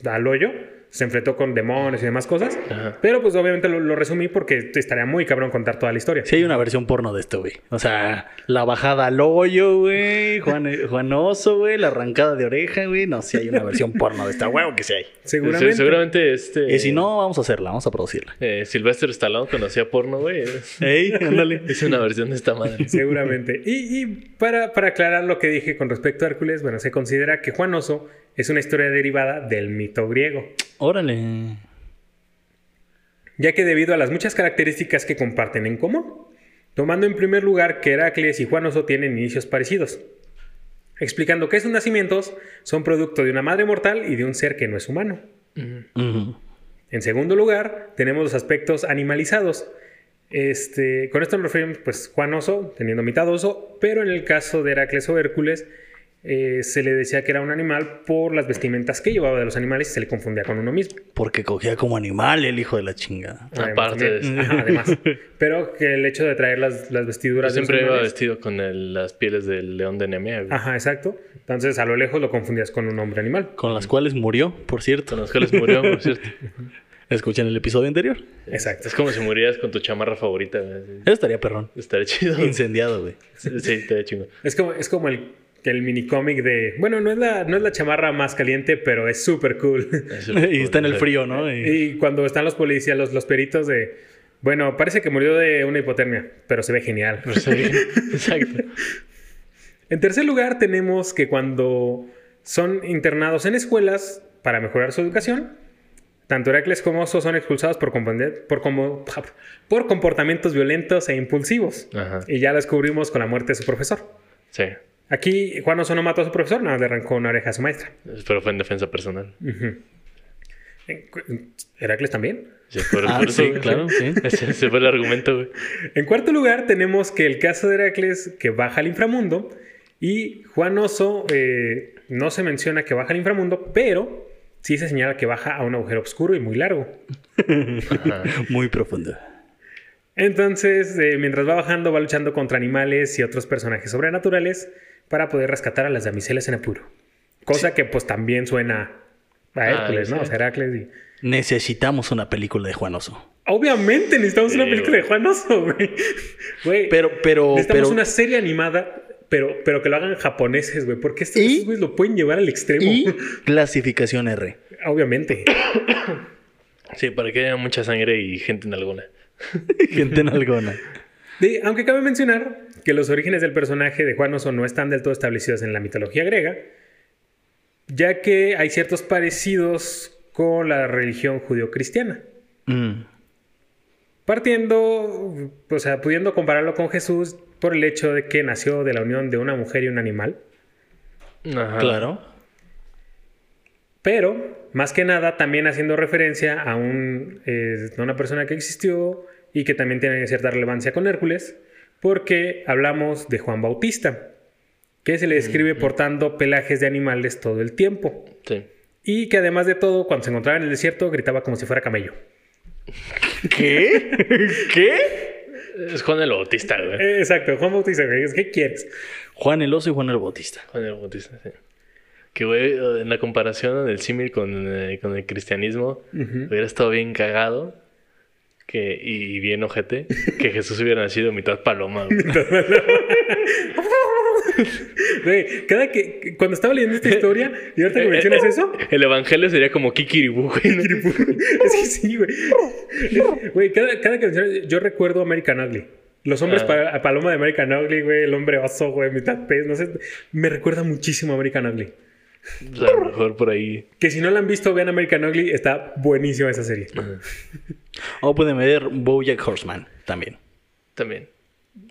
C: al hoyo se enfrentó con demonios y demás cosas.
B: Ajá.
C: Pero pues obviamente lo, lo resumí porque estaría muy cabrón contar toda la historia.
A: Sí hay una versión porno de esto, güey. O sea, la bajada al hoyo, güey. Juan, Juan Oso, güey. La arrancada de oreja, güey. No, sí hay una versión porno de esta, huevo que sí hay.
C: Seguramente.
B: Se- Seguramente este.
A: Y si no, vamos a hacerla, vamos a producirla.
B: Eh, Sylvester Stallone conocía porno, güey.
A: Ey, ándale.
B: Es una versión de esta madre.
C: Seguramente. Y, y para, para aclarar lo que dije con respecto a Hércules, bueno, se considera que Juan Oso es una historia derivada del mito griego.
A: Órale.
C: ya que debido a las muchas características que comparten en común, tomando en primer lugar que Heracles y Juan Oso tienen inicios parecidos, explicando que sus nacimientos son producto de una madre mortal y de un ser que no es humano.
B: Ujú.
A: Ujú.
C: En segundo lugar, tenemos los aspectos animalizados. Este, con esto nos referimos, pues, Juan Oso, teniendo mitad oso, pero en el caso de Heracles o Hércules, eh, se le decía que era un animal por las vestimentas que llevaba de los animales y se le confundía con uno mismo.
A: Porque cogía como animal el hijo de la chingada.
C: Además,
B: Aparte de este.
C: también.
B: eso.
C: Ajá, además. Pero que el hecho de traer las, las
B: Yo
A: pues
C: vestiduras. de los
B: siempre iba
C: animales-
B: vestido con el- las pieles del león de Nemea, güey.
C: Ajá, exacto. Entonces a lo lejos lo confundías con un hombre animal.
A: Con las cuales murió, por
B: Con
A: cierto.
B: los cuales murió, por cierto.
A: Escuchen el episodio anterior.
C: Exacto.
B: Es como si murieras con tu chamarra favorita, güey.
A: Eso estaría perrón.
B: Estaría chido.
A: Incendiado, güey.
B: Sí, sí, estaría chingo.
C: Es como, es como el, el minicómic de. Bueno, no es, la, no es la chamarra más caliente, pero es súper cool.
A: Y está en el frío, ¿no? Y-
C: y cuando están los policías, los, los peritos de. Bueno, parece que murió de una hipotermia, pero se ve genial.
B: Pero sí, Exacto.
C: En tercer lugar, tenemos que cuando son internados en escuelas para mejorar su educación, tanto Heracles como Oso son expulsados por, comprender- por, como- por comportamientos violentos e impulsivos.
B: Ajá.
C: Y ya lo descubrimos con la muerte de su profesor.
B: Sí.
C: Aquí Juan Oso no mató a su profesor, nada, más le arrancó una oreja a su maestra.
B: Pero fue en defensa personal.
C: Ujú. En cu- ¿Heracles también?
B: Sí, por,
A: Ah,
B: por eso,
A: sí,
B: güey.
A: claro, sí.
B: Ese, ese fue el argumento, güey.
C: En cuarto lugar, tenemos que el caso de Heracles que baja al inframundo y Juan Oso eh, no se menciona que baja al inframundo, pero sí se señala que baja a un agujero oscuro y muy largo.
B: Ajá.
A: Muy profundo.
C: Entonces, eh, mientras va bajando, va luchando contra animales y otros personajes sobrenaturales para poder rescatar a las damiselas en apuro. Cosa que pues también suena a
B: Ah,
C: Hércules,
B: ya
C: ¿no? O
B: sé.
C: sea, Heracles y...
A: Necesitamos una película de Juan Oso.
C: Obviamente necesitamos una
B: Sí,
C: película de Juan Oso, güey. Güey.
A: Pero, pero,
C: Necesitamos
A: pero.
C: una serie animada, pero, pero que lo hagan japoneses, güey. Porque estos
A: ¿Y?
C: estos güeyes lo pueden llevar al extremo.
A: Y clasificación R.
C: Obviamente.
B: Sí, para que haya mucha sangre y gente en alguna.
A: Gente en alguna.
C: De- aunque cabe mencionar que los orígenes del personaje de Juan Oso no están del todo establecidos en la mitología griega, ya que hay ciertos parecidos con la religión judio-cristiana.
A: Mm.
C: Partiendo, o sea, pudiendo compararlo con Jesús por el hecho de que nació de la unión de una mujer y un animal.
B: Ajá.
A: Claro.
C: Pero, más que nada, también haciendo referencia a, un, eh, a una persona que existió y que también tiene cierta relevancia con Hércules, porque hablamos de Juan Bautista, que se le describe portando pelajes de animales todo el tiempo.
B: Sí.
C: Y que además de todo, cuando se encontraba en el desierto, gritaba como si fuera camello.
A: ¿Qué? ¿Qué?
B: Es Juan el Bautista, güey.
C: Eh, exacto, Juan Bautista, güey, ¿qué quieres?
A: Juan el Oso y Juan el Bautista.
B: Juan el Bautista, sí. Que, güey, eh, en la comparación del símil con, eh, con el cristianismo, hubiera estado bien cagado que, y bien ojete que Jesús hubiera nacido mitad paloma, güey.
C: Güey, cada que, cuando estaba leyendo esta historia y ahorita que mencionas eso,
B: El evangelio sería como Kikiribú, güey. ¿no?
C: es que sí, güey. Es- Güey, cada, cada que mencionas, yo recuerdo American Ugly. Los hombres
B: Ah.
C: pa- a paloma de American Ugly, güey, el hombre oso, güey, mitad pez, no sé. Me recuerda muchísimo a American Ugly.
B: O sea, a lo mejor por ahí.
C: Que si no la han visto, vean American Ugly, está buenísima esa serie.
A: O pueden ver Bojack Horseman también.
B: También.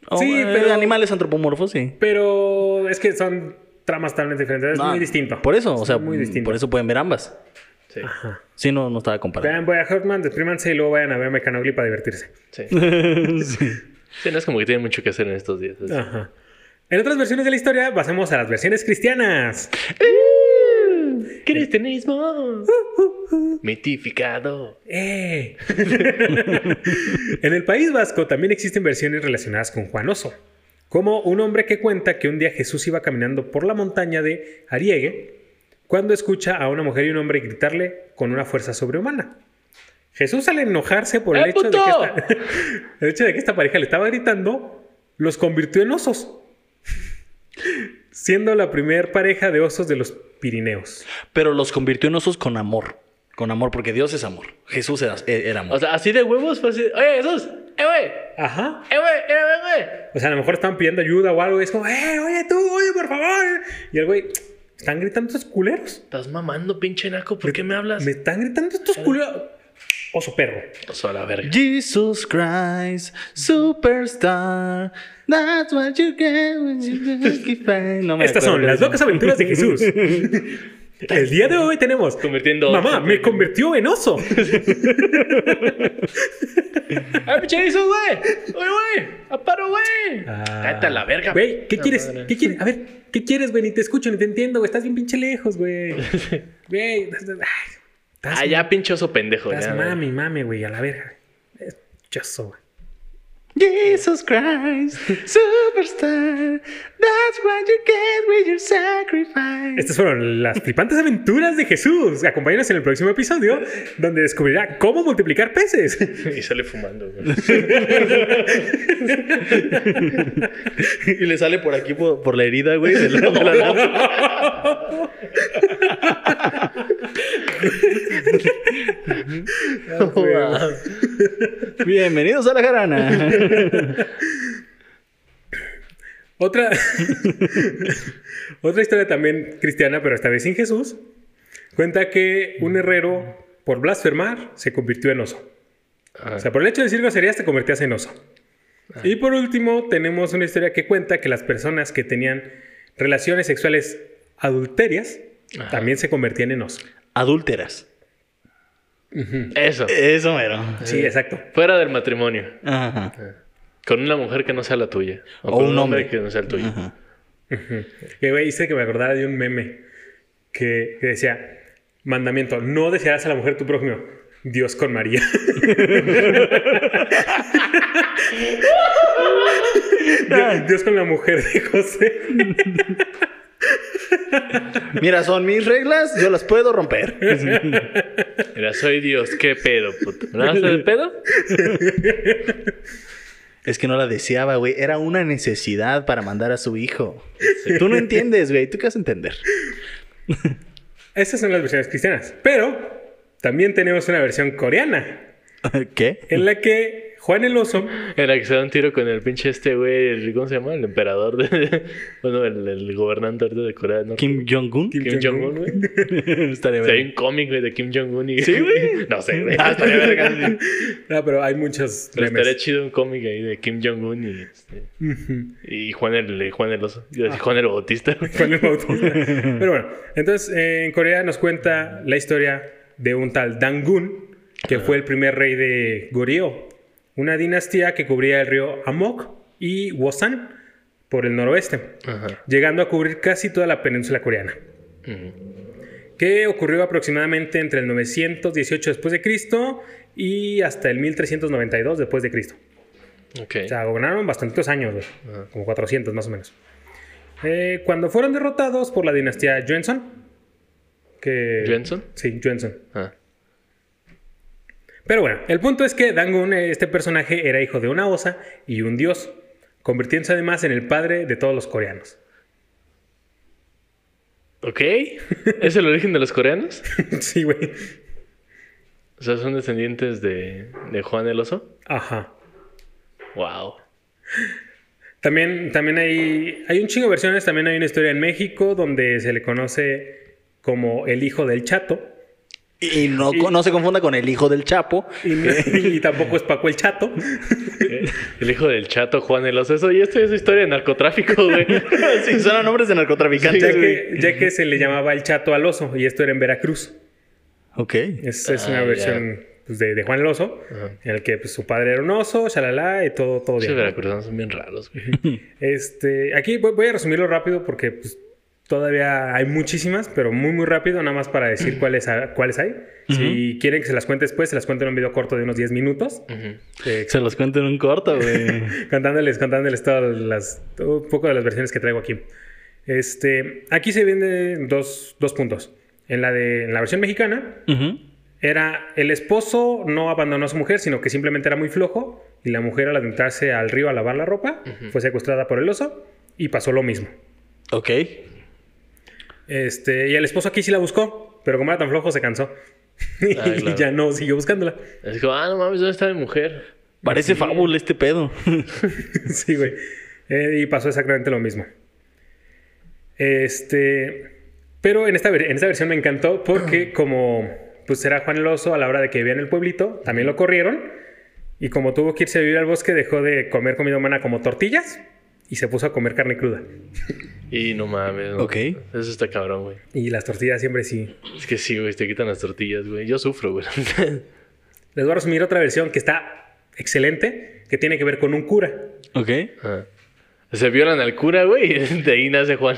A: O,
C: Sí,
A: eh,
C: pero-
A: Animales antropomorfos, sí.
C: Pero es que son tramas totalmente diferentes, es
A: No,
C: muy distinto.
A: Ah, Por eso, o sea,
C: muy distinto.
A: por eso pueden ver ambas.
B: Sí.
A: Sí, no, no estaba comparando.
C: Vean, voy a Hartman, deprímanse y luego vayan a ver American Ugly para divertirse.
B: Sí. Sí, no es como que tiene mucho que hacer en estos días. es-
C: Ajá. En otras versiones de la historia, pasemos a las versiones cristianas.
B: ¡Eh! Cristianismo. Mitificado.
C: ¡Eh! en el País Vasco también existen versiones relacionadas con Juan Oso, como un hombre que cuenta que un día Jesús iba caminando por la montaña de Ariegue cuando escucha a una mujer y un hombre gritarle con una fuerza sobrehumana. Jesús al enojarse por el
B: ¡Eh,
C: hecho, de que
B: puto!
C: esta, el hecho de que esta pareja le estaba gritando, los convirtió en osos, siendo la primer pareja de osos de los Pirineos.
A: Pero los convirtió en osos con amor. Con amor, porque Dios es amor. Jesús era, e, era amor.
B: O sea, así de huevos fue así. Oye, Jesús. Eh, güey.
C: Ajá.
B: Eh, güey. Eh, güey, güey.
C: O sea, a lo mejor estaban pidiendo ayuda o algo. Y es como, ¡eh, oye tú, oye, por favor! Y el güey, están gritando estos culeros.
B: Estás mamando, pinche naco. ¿Por qué me hablas?
C: Me están gritando estos culeros. Oso perro.
B: Pasó a la verga.
A: Jesus Christ, superstar. That's what you get when you get No
B: Ah,
A: me
C: Estas
A: acuerdo cómo se llama.
C: son las locas aventuras de Jesús. el día de hoy tenemos.
B: Convirtiendo.
C: Mamá, me convirtió en oso.
B: ¡Ay, pinche Jesús, güey! ¡Oye, güey! ¡Aparo, güey! Cállate a la verga.
C: Ah. Güey, ¿qué
B: La
C: quieres?
B: madre.
C: ¿Qué quieres? A ver, ¿qué quieres, güey? Ni te escucho, ni te entiendo, güey. Estás bien pinche lejos, güey. Güey. ay, Estás,
B: Ah, ya, pinche oso pendejo.
C: estás
B: ya, güey.
C: mami, mami, güey, a la verga. Es Choso, güey.
A: Jesus Christ, superstar. That's what you get with your sacrifice.
C: Estas fueron las flipantes aventuras de Jesús. Acompáñanos en el próximo episodio donde descubrirá cómo multiplicar peces.
B: Y sale fumando, güey. y le sale por aquí, por, por la herida, güey. del- de la lámpara.
A: Oh, Bienvenidos a la jarana.
C: Otra, otra historia también cristiana, pero esta vez sin Jesús, cuenta que un herrero, por blasfemar, se convirtió en oso.
B: Ajá.
C: O sea, por el hecho de decir groserías, te convertías en oso. Y por último, tenemos una historia que cuenta que las personas que tenían relaciones sexuales adulterias
B: Ajá.
C: también se convertían en oso.
A: Adúlteras.
B: Eso.
A: Eso mero.
C: Sí, exacto.
B: Fuera del matrimonio.
A: Ajá.
B: Con una mujer que no sea la tuya. O,
A: O
B: con
A: un
B: un hombre
A: hombre.
B: que no sea el tuyo.
A: Ajá.
C: Que güey, hice que me acordara de un meme que, que decía: Mandamiento, no desearás a la mujer de tu prójimo. Dios con María. Dios, Dios con la mujer de José.
A: Mira, son mis reglas, yo las puedo romper.
B: Mira, soy Dios. ¿Qué pedo, puto? ¿No vas a hacer pedo?
A: Es que no la deseaba, güey. Era una necesidad para mandar a su hijo. Tú no entiendes, güey. ¿Tú qué vas a entender?
C: Esas son las versiones cristianas. Pero también tenemos una versión coreana
A: ¿Qué?
C: en la que Juan el Oso
B: Era que se da un tiro con el pinche este, güey. el- ¿Cómo se llama? El emperador. De, bueno, el, el gobernante ahorita de Corea del Norte.
A: Kim Jong-un.
C: Kim
B: Kim
C: Jong-un.
B: Jong-un, güey.
A: Estaría
B: Si hay
A: bien.
B: un cómic, güey, de Kim Jong-un y...
A: Sí, güey.
B: No sé, güey. estaría verga.
C: No, ah, pero hay muchos
B: Pero estaría
C: memes.
B: chido un cómic ahí de Kim Jong-un y, este, y Juan, el, Juan el Oso. Yo decía Juan el Bautista. güey.
C: Juan el Bautista. Pero bueno, entonces eh, en Corea nos cuenta la historia de un tal Dangun, que fue el primer rey de Goryeo, una dinastía que cubría el río Amok y Wosan por el noroeste,
B: Ajá.
C: llegando a cubrir casi toda la península coreana.
B: Ujú.
C: que ocurrió aproximadamente entre el 918 después de Cristo y hasta el 1392 después de Cristo.
B: Ok.
C: O sea, gobernaron bastantitos años, güey,
B: Ajá.
C: como 400 más o menos. Eh, cuando fueron derrotados por la dinastía Joseon, que
B: ¿Joseon?
C: sí, Joseon.
B: Ah.
C: Pero bueno, el punto es que Dangun, eh, este personaje, era hijo de una osa y un dios, convirtiéndose además en el padre de todos los coreanos.
B: Ok. ¿Es el origen de los coreanos?
C: sí, güey.
B: O sea, son descendientes de, de Juan el Oso.
C: Ajá.
B: Wow.
C: También, también hay, hay un chingo de versiones. También hay una historia en México donde se le conoce como el hijo del chato.
A: Y no, co- no se confunda con el hijo del Chapo.
C: Y, y tampoco es Paco el chato.
B: Eh, El hijo del chato Juan el Oso. Eso, y esto es historia de narcotráfico, güey.
A: Sí, son a nombres de
C: Ya
A: narcotraficantes. güey.
C: que, ya que se le llamaba el chato al oso. Y esto era en Veracruz.
A: Ok.
C: Es, es
B: Ah,
C: una
B: ya.
C: versión pues, de, de Juan el oso.
B: Ajá.
C: En el que pues, su padre era un oso, shalala, y todo, todo
B: Los
C: bien.
B: veracruzanos son bien raros, güey.
C: Este, aquí voy, voy a resumirlo rápido porque pues, todavía hay muchísimas, pero muy, muy rápido, nada más para decir cuáles, ha- cuáles hay. Si quieren que se las cuente después, se las cuento en un video corto de unos 10 minutos,
B: Ujú.
C: eh,
A: Se los cuento en un corto, güey.
C: contándoles, contándoles todas las, todo- un poco de las versiones que traigo aquí. Este, aquí se venden dos, dos puntos. En la, de, en la versión mexicana
A: Ujú.
C: era el esposo no abandonó a su mujer, sino que simplemente era muy flojo y la mujer al adentrarse al río a lavar la ropa fue secuestrada por el oso y pasó lo mismo.
A: Ok.
C: Este, y el esposo aquí sí la buscó, pero como era tan flojo se cansó. y
B: Ah, claro.
C: ya no siguió buscándola.
B: Es como, ah, no mames, ¿dónde está mi mujer?
A: Parece fábula este pedo.
C: sí, güey. Eh, y pasó exactamente lo mismo. Este, pero en esta, ver- en esta versión me encantó porque como pues era Juan el Oso a la hora de que vivía en el pueblito, también lo corrieron y como tuvo que irse a vivir al bosque dejó de comer comida humana como tortillas y se puso a comer carne cruda.
B: Y no mames. no.
A: Ok.
B: Eso está cabrón, güey.
C: Y las tortillas siempre sí.
B: Es que sí, güey, te quitan las tortillas, güey. Yo sufro, güey.
C: Les voy a resumir otra versión que está excelente, que tiene que ver con un cura.
A: Ok.
B: Ajá. Ah. Se violan al cura, güey, y de ahí nace Juan.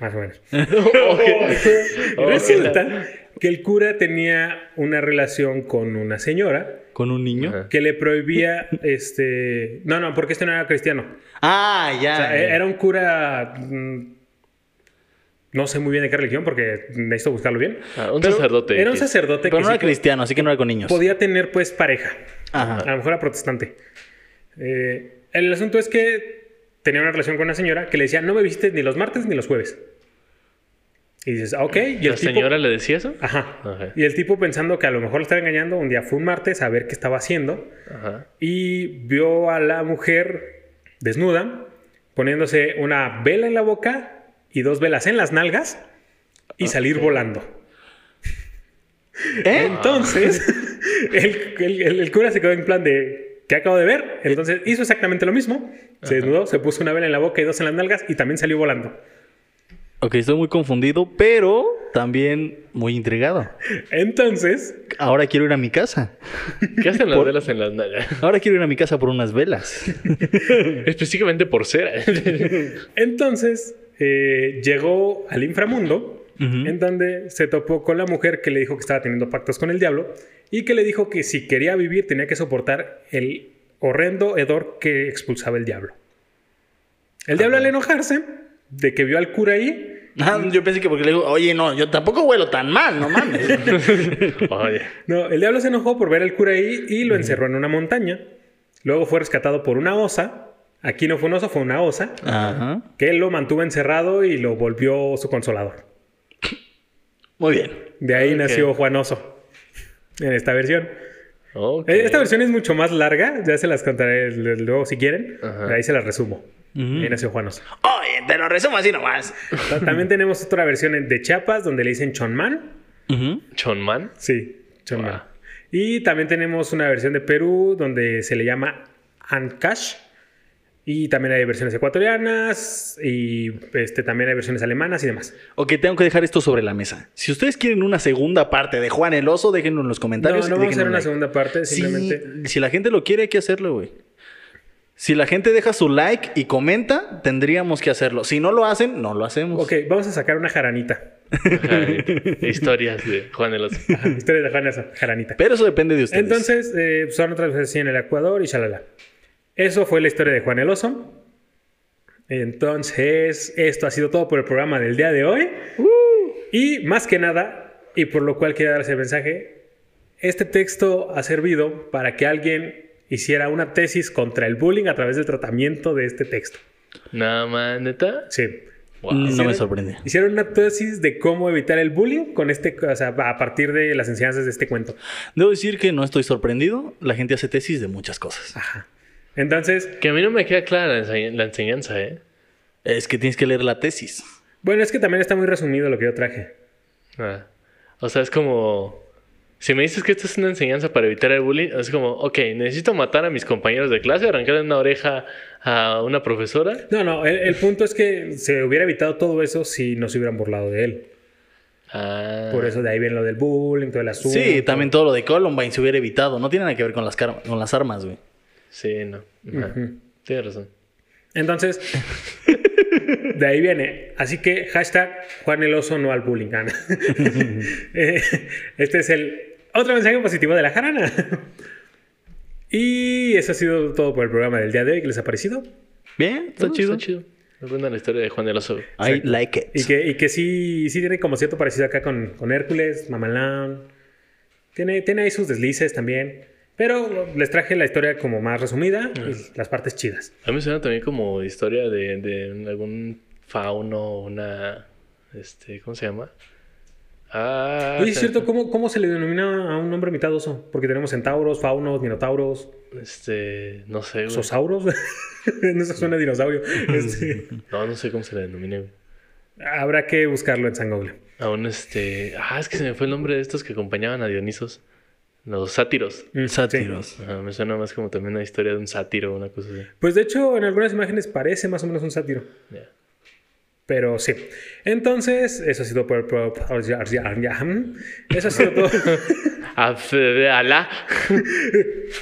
C: Más o menos.
B: Ok.
C: Resulta que el cura tenía una relación con una señora
A: ¿Con un niño?
B: Ajá.
C: que le prohibía, este... No, no, porque este no era cristiano.
A: Ah, ya.
C: O sea, e- era un cura... mm, No sé muy bien de qué religión porque necesito buscarlo bien.
B: Ah, un
C: Pero
B: sacerdote.
C: Era un
B: que-
C: sacerdote
A: Pero
C: que
A: no era
C: sí
A: cristiano, así que no era con niños.
C: podía tener pues pareja.
A: Ajá.
C: A lo mejor era protestante. Eh, el asunto es que tenía una relación con una señora que le decía, no me visites ni los martes ni los jueves. Y dices, ah, ok. Y el
B: ¿La
C: tipo- Ah.
B: señora le decía eso?
C: Ajá.
B: Ajá.
C: Y el tipo pensando que a lo mejor lo estaba engañando, un día fue un martes a ver qué estaba haciendo
B: Ajá.
C: y vio a la mujer desnuda poniéndose una vela en la boca y dos velas en las nalgas y salir volando.
A: ¿Eh?
C: Entonces, el, el- el- el cura se quedó en plan de, ¿qué acabo de ver? Entonces hizo exactamente lo mismo. Se desnudó, se puso una vela en la boca y dos en las nalgas y también salió volando.
A: Ok, estoy muy confundido, pero también muy intrigado.
C: Entonces,
A: Ahora quiero ir a mi casa.
B: ¿Qué hacen las velas en las nalgas?
A: Ahora quiero ir a mi casa por unas velas.
B: Específicamente por cera.
C: Entonces eh, llegó al inframundo,
A: Ujú.
C: en donde se topó con la mujer que le dijo que estaba teniendo pactos con el diablo y que le dijo que si quería vivir tenía que soportar el horrendo hedor que expulsaba el diablo. El diablo al enojarse de que vio al cura ahí,
A: Ah, yo pensé que porque le digo, oye, no, yo tampoco huelo tan mal, no mames.
B: Oye.
C: no, el diablo se enojó por ver al cura ahí y lo encerró en una montaña. Luego fue rescatado por una osa. Aquí no fue un oso, fue una osa.
A: Ajá.
C: Que lo mantuvo encerrado y lo volvió su consolador.
A: Muy bien.
C: De ahí
B: Ok.
C: nació Juan Oso. En esta versión.
B: Ok.
C: Eh, Esta versión es mucho más larga. Ya se las contaré l- luego si quieren.
B: Ajá.
C: Pero Ahí se las resumo.
A: Ujú.
C: Ahí nació Juan Oso.
A: Oye, te lo resumo así nomás.
C: Ta- También tenemos otra versión en- de Chiapas donde le dicen Chonman.
A: Ujú.
B: ¿Chonman?
C: Sí, Chonman.
B: Wow.
C: Y también tenemos una versión de Perú donde se le llama Ancash. Y también hay versiones ecuatorianas y este, también hay versiones alemanas y demás.
A: Ok, tengo que dejar esto sobre la mesa. Si ustedes quieren una segunda parte de Juan el Oso, déjenlo en los
C: No, no
A: comentarios.
C: vamos
A: y
C: a
A: déjenlo
C: hacer
A: un
C: una
A: like.
C: segunda parte, simplemente.
A: Sí, si la gente lo quiere, hay que hacerlo, güey. Si la gente deja su like y comenta, tendríamos que hacerlo. Si no lo hacen, no lo hacemos.
C: Ok, vamos a sacar una jaranita.
B: Ajá, eh, historias de Juan de los.
C: Ustedes dejan esa jaranita.
A: Pero eso depende de ustedes.
C: Entonces, eh, son otras veces así en el Ecuador y shalala. Eso fue la historia de Juan el Oso. Entonces, esto ha sido todo por el programa del día de hoy. Y más que nada, y por lo cual quiero darles el mensaje, este texto ha servido para que alguien hiciera una tesis contra el bullying a través del tratamiento de este texto.
B: Nada más, neta.
C: Sí.
B: Wow.
A: no me
C: Hicieron-
A: sorprende.
C: Hicieron una tesis de cómo evitar el bullying con este, o sea, a partir de las enseñanzas de este cuento.
A: Debo decir que no estoy sorprendido. La gente hace tesis de muchas cosas.
C: Ah. Entonces,
B: Que a mí no me queda clara la, ense- la enseñanza, ¿eh?
A: Es que tienes que leer la tesis.
C: bueno, es que también está muy resumido lo que yo traje.
B: Ah. O sea, es como. Si me dices que esto es una enseñanza para evitar el bullying, es como, ok, necesito matar a mis compañeros de clase, arrancarle una oreja a una profesora.
C: No, no, el, el punto es que se hubiera evitado todo eso si no se hubieran burlado de él.
B: Ah.
C: Por eso de ahí viene lo del bullying, todo el asunto.
A: Sí, también todo lo de Columbine se hubiera evitado. No tiene nada que ver con las, car- con las armas, güey.
B: Sí, no. Ajá. Tienes razón.
C: Entonces, de ahí viene. Así que hashtag Juan el Oso no al bullying. Ah, no. Eh, este es el otro mensaje positivo de la jarana. Y eso ha sido todo por el programa del día de hoy. ¿Qué les ha parecido?
A: Bien, está
B: No,
A: chido.
B: Está chido. Me cuentan la historia de Juan de los Osos.
A: I like it.
C: Y que, y que sí, sí tiene como cierto parecido acá con, con Hércules, Mamalán. Tiene, tiene ahí sus deslices también. Pero les traje la historia como más resumida y las partes chidas.
B: A mí me suena también como historia de, de algún fauno, una. Este, ¿Cómo se llama? Ah.
C: Oye, es
B: se-
C: cierto, ¿cómo, ¿cómo se le denomina a un hombre mitad oso? Porque tenemos centauros, faunos, minotauros,
B: Este. No sé, güey.
C: sosauros. no se suena a dinosaurio. Este,
B: No, no sé cómo se le denomina, güey.
C: habrá que buscarlo en San Google.
B: A un este. Ah, es que se me fue el nombre de estos que acompañaban a Dionisos. Los sátiros.
C: Mm, sí.
A: Sátiros.
B: Ajá, me suena más como también una historia de un sátiro, una cosa así.
C: Pues de hecho, en algunas imágenes parece más o menos un sátiro.
B: Ya.
C: Pero sí. Entonces, eso ha sido por- por- por- ya- ya- ya, mm. Eso ha sido todo.
B: Ah, fe- Alá.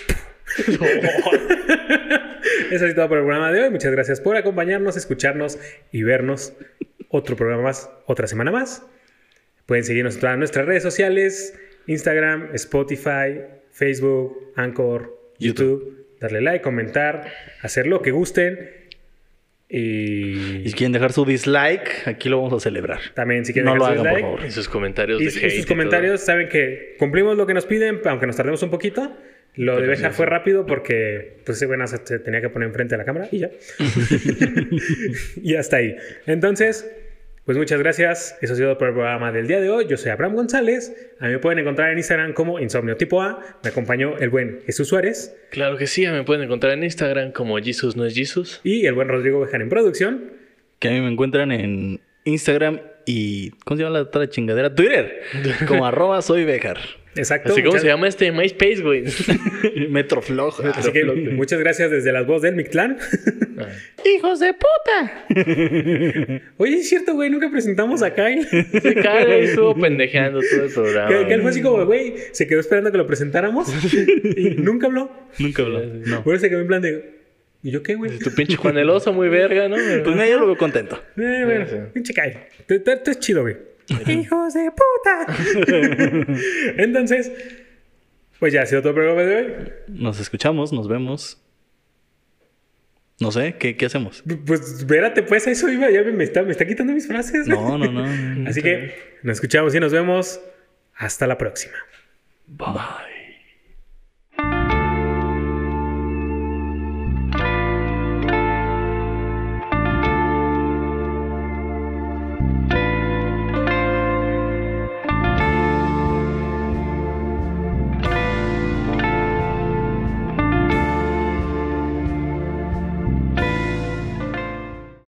C: Eso ha sido todo por el programa de hoy. Muchas gracias por acompañarnos, escucharnos y vernos. Otro programa más, otra semana más. Pueden seguirnos en todas nuestras redes sociales: Instagram, Spotify, Facebook, Anchor, YouTube. Darle like, comentar, hacer lo que gusten.
A: Y
C: Y
A: si quieren dejar su dislike, aquí lo vamos a celebrar.
C: también, si quieren,
A: no lo
C: dejar su
A: hagan, por
C: dislike.
A: favor.
B: En sus comentarios
C: Y,
B: de
C: y
B: hate y
C: sus
B: todo.
C: comentarios saben que cumplimos lo que nos piden, aunque nos tardemos un poquito. Lo de Bejar fue rápido porque, pues, bueno, se, se tenía que poner enfrente de la cámara y ya. y hasta ahí. Entonces, pues muchas gracias. Eso ha sido por el programa del día de hoy. Yo soy Abraham González. A mí me pueden encontrar en Instagram como Insomnio Tipo A. Me acompañó el buen Jesús Suárez
B: Claro que sí, me pueden encontrar en Instagram como Jesus no es Jesus.
C: y el buen Rodrigo Bejar en producción.
A: Que a mí me encuentran en Instagram y. ¿Cómo se llama la otra chingadera? Twitter. Como arroba soy Bejar.
C: Exacto.
B: Así como
C: muchas-
B: se llama este MySpace, güey.
A: Metroflog.
C: Así que muchas gracias desde las voces del Mictlán.
D: ¡Hijos de puta!
C: Oye, es cierto, güey, nunca presentamos a Kyle.
B: Se cae y estuvo pendejeando todo el programa.
C: Que, que
B: güey.
C: él fue así como, güey, se quedó esperando que lo presentáramos y nunca habló.
A: Nunca habló. No.
C: Por eso se quedó en plan de, ¿y yo qué, güey?
B: Tu pinche Juan el Oso, muy verga, ¿no?
A: Pues mira, yo lo veo contento.
C: Eh, bueno,
B: sí.
C: pinche Kyle. Te- te- te es chido, güey. ¡Hijos de puta! Entonces, pues ya ha sido todo el programa de hoy.
A: Nos escuchamos, nos vemos. No sé, ¿qué, qué hacemos?
C: P- Pues, espérate, pues, a eso iba. Ya me, me está, me está quitando mis frases.
A: No, no, no. no.
C: Así que nos escuchamos y nos vemos. Hasta la próxima.
A: Bye.